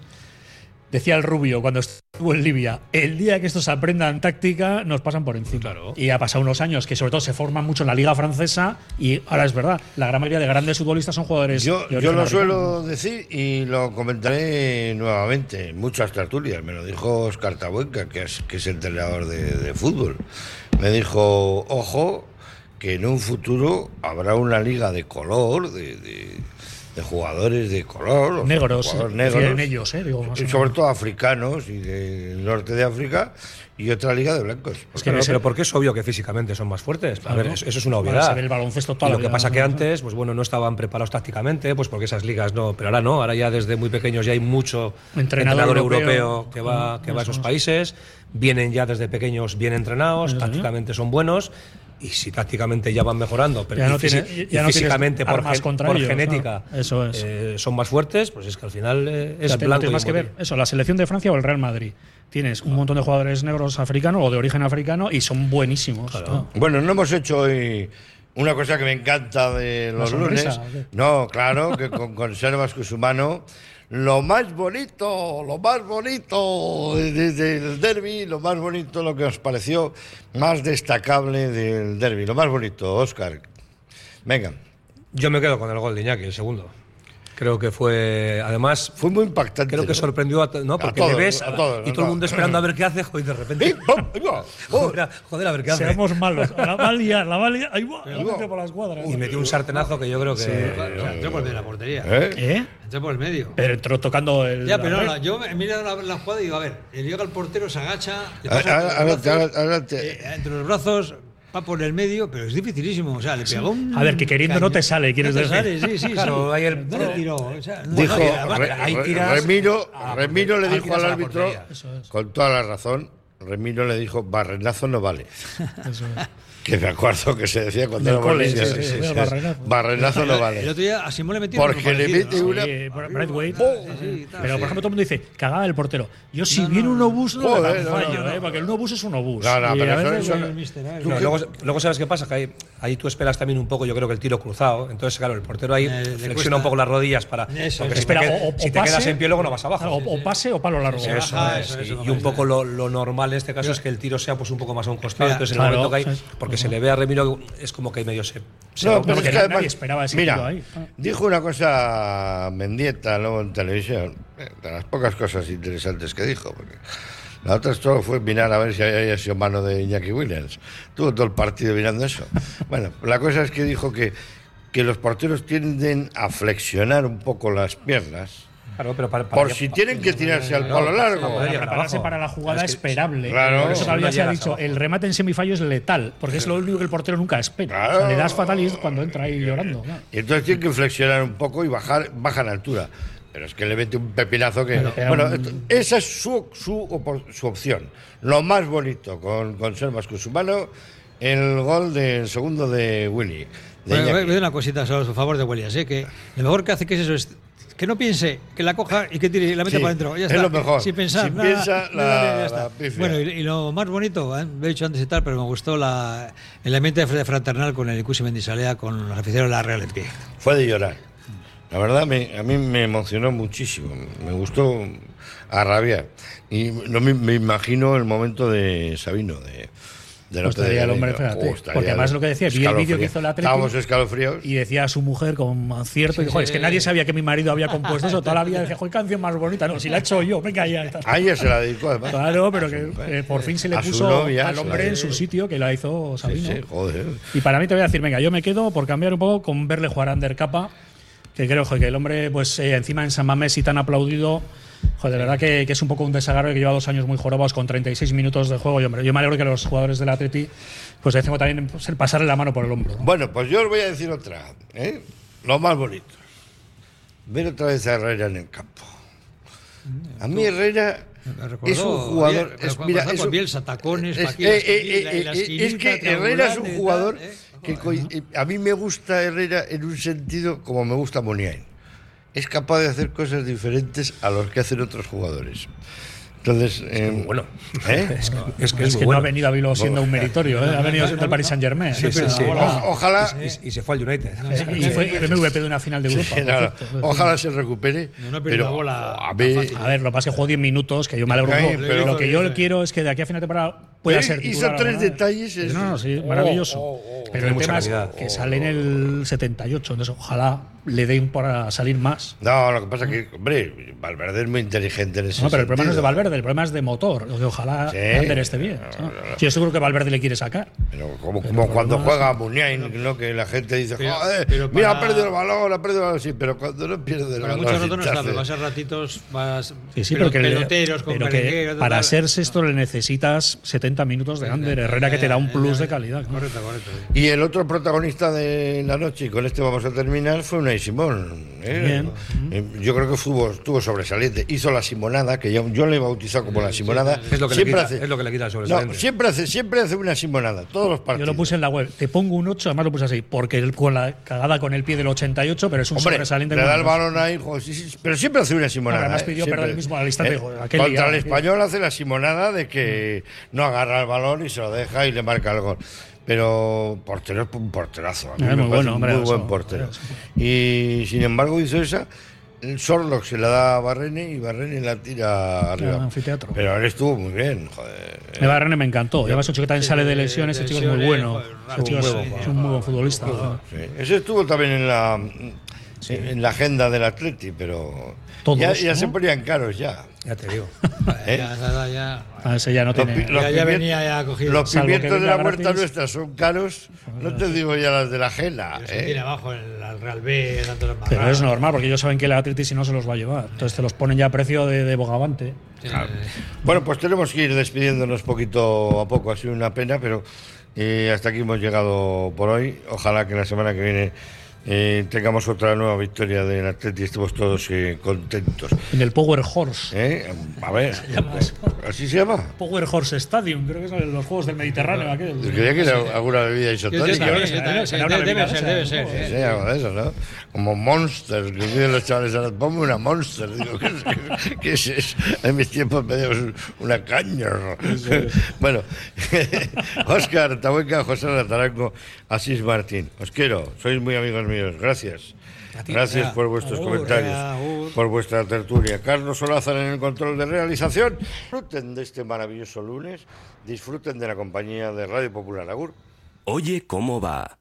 Decía el Rubio, cuando estuvo en Libia, el día que estos aprendan táctica, nos pasan por encima. Y ha pasado unos años que, sobre todo, se forman mucho en la Liga Francesa. Y ahora es verdad, la gran mayoría de grandes futbolistas son jugadores. de
Yo, yo
origen
lo
africano.
suelo decir y lo comentaré nuevamente en muchas tertulias. Me lo dijo Oscar Tabuenca, que es, que es entrenador de, de fútbol. Me dijo, ojo, que en un futuro habrá una liga de color, de, de- de jugadores de color. o sea,
Negros,
jugadores
decían
negros
ellos, ¿eh? Digo, más o
y
menos.
sobre todo africanos y del norte de África, y otra liga de blancos.
Claro, pero porque es obvio que físicamente son más fuertes. A
Claro.
ver, eso, eso es una
Bueno,
obviedad.
se ve el baloncesto toda
Y
la
Lo que
vida,
pasa
¿no?
que antes, pues bueno, no estaban preparados tácticamente, pues porque esas ligas no. Pero ahora no, ahora ya desde muy pequeños ya hay mucho
Entrenador
europeo,
europeo
que va,
Mm,
que va a
eso
esos
es.
países. Vienen ya desde pequeños bien entrenados, tácticamente son buenos. Y si tácticamente ya van mejorando, pero
Ya
y
no
fisi-
tiene-
y
ya no tienes
físicamente por,
armas
gen-
contra
por
ellos,
genética
claro. Eso es.
eh, son más fuertes, pues es que al final eh, es
Ya te- no
blanco.
tienes
y
más que ver
botella.
eso, la selección de Francia o el Real Madrid. Tienes un montón de jugadores negros africanos o de origen africano y son buenísimos. ¿no?
Bueno, no hemos hecho hoy una cosa que me encanta de los
sonrisa,
lunes.
¿o qué?
No, claro, que con conservas Cusumano. Lo más bonito, lo más bonito de- del derby, lo más bonito, lo que os pareció más destacable del derby. Lo más bonito, Oscar. Venga.
Yo me quedo con el gol de Iñaki, el segundo. Creo que fue, además,
fue muy impactante.
Creo que sorprendió a, to- ¿no?
A
porque
todos,
le ves
a todos,
y
a
todo el
todos.
mundo esperando a ver qué hace, joder, de repente.
Oh,
joder, a- joder, a ver qué hace.
Seamos malos. La va a liar, la va a liar. Ahí va, la mete por las cuadras.
Y metió un sartenazo que yo creo que.
Sí.
O sea, entró por medio de la portería.
¿Eh?
Entró por el medio.
Pero entró tocando el.
Ya, pero
la
no,
red.
no, yo he mirado la, la jugada y digo, a ver, llega el portero, se agacha, le pasa
Ahora- ahora-
entre, los brazos,
ahora- ahora te-
eh, entre los brazos, va por el medio, pero es dificilísimo. O sea, le pegó un.
A ver, que queriendo no te sale, quieres
no te
decir.
sale, sí, sí,
Claro,
sí.
ahí el-
No le tiró. O sea, no-
Dijo,
no, y además,
Re-
ahí
Re-
tiras-
Remiro,
Ah,
Remiro le
ahí
dijo
tiras
al
a la
árbitro,
portería. Eso es.
con toda la razón, Remiro le dijo, barrenazo no vale. Que me acuerdo que se decía cuando
Del
era
cole,
bolilla,
sí, sí, sí, barrenazo.
barrenazo no
El
vale.
otro día a Simón le metió
Porque le mete una...
Sí, Bra- Braithwaite.
tal,
pero
sí.
por ejemplo, todo el mundo dice, cagada el portero. Yo, si viene un obús, no le
Joder,
da un
no, no,
fallo,
no.
¿eh? porque el obús es un obús.
No, no,
Y
pero
a
eso-
veces-
eso no- No, luego, luego sabes qué pasa, que ahí, ahí tú esperas también un poco, yo creo que el tiro cruzado. Entonces, claro, el portero
Eh,
ahí flexiona
cuesta.
un poco las rodillas para. porque si,
Espera,
te, qued-
o- o
si te
pase-
quedas en pie, luego no vas abajo.
Claro, o- O pase o palo largo.
Eso es, y- y un poco lo, lo normal en este caso es que el tiro sea pues un poco más a un costado.
Mira,
entonces, en
claro,
el momento que
sí.
hay, porque se le ve a Remiro, es como que medio se. se
No,
lo-
pero es
porque
que
nadie
además-
esperaba ese
mira,
tiro ahí.
dijo una cosa Mendieta luego en televisión, eh, de las pocas cosas interesantes que dijo, porque la otra solo fue mirar a ver si había sido mano de Iñaki Williams. Tuvo todo el partido mirando eso. Bueno, la cosa es que dijo que, que los porteros tienden a flexionar un poco las piernas.
Claro, pero para- para
por
que-
si tienen que tirarse al palo
Para
largo.
prepararse para la jugada
Es que-
esperable.
Claro.
Por eso todavía
No
se ha
llegas
dicho,
abajo.
el remate en semifallo es letal, porque es lo único que el portero nunca espera. O sea,
Claro.
le das fatal y es cuando entra ahí llorando. claro.
Y entonces tienen que flexionar un poco y bajar, bajan altura. Pero es que le mete un pepinazo que.
Pero pega
Bueno,
un-
esto- esa es su, su, opor- su opción. Lo más bonito con Conservas Cusumano, el gol del segundo de Willy. de
Bueno,
Iñaki.
voy voy a decir una cosita solo a favor de Williams, ¿eh? que lo mejor que hace que es eso es que no piense, que la coja y que tire y la meta
Sí,
para adentro. Ya
es
está.
lo mejor.
Sin pensar.
Si
nada,
piensa,
nada,
la-
nada, ya
la
está.
pifia.
Bueno, y, y lo más bonito, ¿eh? lo he dicho antes y tal, pero me gustó la, el ambiente de fraternal con el Cusi Mendisalea, con los aficionados de la Real Atlético.
Fue de llorar. La verdad, me- a mí me emocionó muchísimo. Me gustó a rabiar. Y no me, me imagino el momento de Sabino, de, De
Pues
norte de
estaría el hombre,
Lérida.
espérate,
Oh, estaría
porque además
de-
lo que decía, vi el vídeo
escalofrío.
que hizo la
Estábamos escalofríos.
Y decía a su mujer con acierto,
Sí,
y dijo, es
sí.
que nadie sabía que mi marido había compuesto eso toda la vida. Decía, joder, canción más bonita. No, si la he hecho yo, venga ya.
A ella se la dedicó, además.
Claro, pero que eh, por fin se le
A su
puso
novia, se
al
la
hombre en
dedicó.
su sitio, que la hizo
Sí,
Sabino.
sí, joder.
Y para mí te voy a decir, venga, yo me quedo por cambiar un poco con verle jugar a Ander Capa, que creo joder, que el hombre, pues eh, encima en San Mamés y tan aplaudido, joder, de verdad que, que es un poco un desagrado que lleva dos años muy jorobados con 36 minutos de juego. Yo, hombre, yo me alegro que los jugadores del Atleti, pues decimos también pues, el pasarle la mano por el hombro.
Bueno, pues yo os voy a decir otra, ¿eh? lo más bonito. Ver otra vez a Herrera en el campo. A mí Herrera es un jugador. es, mira, es un-
tacones,
es-
paquillas,
eh, eh,
esquinita,
eh,
y la
eh, es
esquinita,
que Herrera es
triangular,
un
y
jugador
tal, ¿eh?
que coi- eh, a mí me gusta Herrera en un sentido como me gusta Muniain. Es capaz de hacer cosas diferentes a los que hacen otros jugadores. Entonces, eh, bueno,
Es que- es que
Es que
bueno.
no ha venido a Bilbao siendo un meritorio, ¿eh? ha venido siendo el Paris ¿eh? Saint Germain.
Sí, sí, sí.
Ojalá.
Y, y se fue al United.
Y fue el MVP de una final de
Sí,
Europa.
no, no.
perfecto.
Ojalá se recupere. pero a ver,
A ver, lo que pasa es que jugó 10 minutos, que yo me alegro. un
Cae,
poco.
pero-
lo que yo quiero es que de aquí a final de temporada pueda
Él
ser
hizo
titular
tres
alguna vez.
detalles, es-
No, no, sí,
Oh,
maravilloso.
oh, oh,
pero
tiene
el
mucha
tema es
calidad.
que sale en el 78, entonces ojalá le den para salir más.
No, lo que pasa es que, hombre, Valverde es muy inteligente en ese
No, pero el problema no es de
sentido.
Valverde, el problema es de motor. Lo que ojalá
Sí.
Ander esté bien. ¿no? Sí, yo seguro que Valverde le quiere sacar.
Pero como, como cuando juega Muniain, ¿no? que la gente dice, "Joder, mira, ha perdido el balón, ha perdido el balón, sí, pero cuando no pierde el
Para
balón.
muchos ratos no está,
entonces-
pero va a ser ratitos más
Sí, sí,
pelo-
porque le-
peloteros con
pero que
merengueros, tal,
para
tal.
ser sexto le necesitas 70 minutos de Ander Herrera que te da
Eh,
un plus de calidad. ¿no?
Correcto, correcto.
Y el otro protagonista de la noche, y con este vamos a terminar, fue Unai Simón. ¿eh? Eh, Yo creo que estuvo, estuvo sobresaliente. Hizo la Simonada, que yo, yo le he bautizado como la Simonada.
Es lo que le
siempre
quita,
hace,
es lo que le quita el
no,
sobresaliente.
siempre, hace, siempre hace una Simonada, todos los
Yo
partidos.
lo puse en la web. Te pongo un 8, además lo puse así, porque él con la cagada con el pie del 88, pero es un
Hombre,
sobresaliente.
le
con
da el
dos.
balón ahí, joder, sí, sí, pero siempre hace una simonada.
Además
¿eh?
pidió
Siempre. Eh,
perdón el mismo al instante, dijo, aquel
Contra
liado,
el
aquel.
español hace la simonada de que
Mm.
no agarra el balón y se lo deja y le marca el gol. Pero portero es un porterazo. A mí
Eh,
me
muy
parece
bueno,
un
hombre,
muy
eso,
buen portero. Y sin embargo hizo esa. El Sorlock se la da a Barrene y Barrene la tira
Claro,
arriba.
anfiteatro.
Pero él estuvo muy bien, joder.
Me va a René, me encantó. Además, es un chico que también sale de lesión. Ese chico es muy bueno. Ese chico es,
muy buen
es un muy buen futbolista. ¿no?
Sí, Ese estuvo también en la, en la agenda del Atleti, pero
Todos,
ya, ya
¿no?
se ponían caros ya.
Ya te digo.
¿Eh?
Ya, ya, ya.
A ese ya no
Los
tiene.
pi- los
Ya- ya
pimien-
venía ya cogido.
Los
Salvo que
pimientos de
venga
la huerta
gratis.
nuestra son caros, no te digo ya las de la ajena.
Se tiene
¿eh?
abajo el, al Real B, tanto las
Pero
barras.
es normal, porque ellos saben que el Atleti si no se los va a llevar. Entonces te los ponen ya a precio de, de bogavante.
Claro. Bueno, pues tenemos que ir despidiéndonos poquito a poco, ha sido una pena, pero eh, hasta aquí hemos llegado por hoy. Ojalá que la semana que viene eh, tengamos otra nueva victoria del Atleti y estemos todos eh, contentos.
En el Power Horse.
¿Eh? A ver, pues, ¿así se llama?
Power Horse Stadium, creo que es el- los Juegos del Mediterráneo. Aquel.
Yo creía que
Sí.
era alguna bebida
Yo- yo
isotónica.
también, yo también, será una bebida
¿eh?
de esas, ¿no?
Sí, algo de eso, ¿no? Como Monster, que piden los chavales ahora, ponme una Monster. Digo, ¿qué es, qué es eso? En mis tiempos pedíamos un- una caña. bueno, Oscar Tabueca, José Lataranco, Asís Martín. Os quiero, sois muy amigos míos. Gracias.
ti.
Gracias
Ea,
por vuestros
agur, ea,
comentarios,
agur.
por vuestra tertulia. Carlos Solázar en el control de realización. Disfruten de este maravilloso lunes, disfruten de la compañía de Radio Popular Agur.
Oye, ¿cómo va?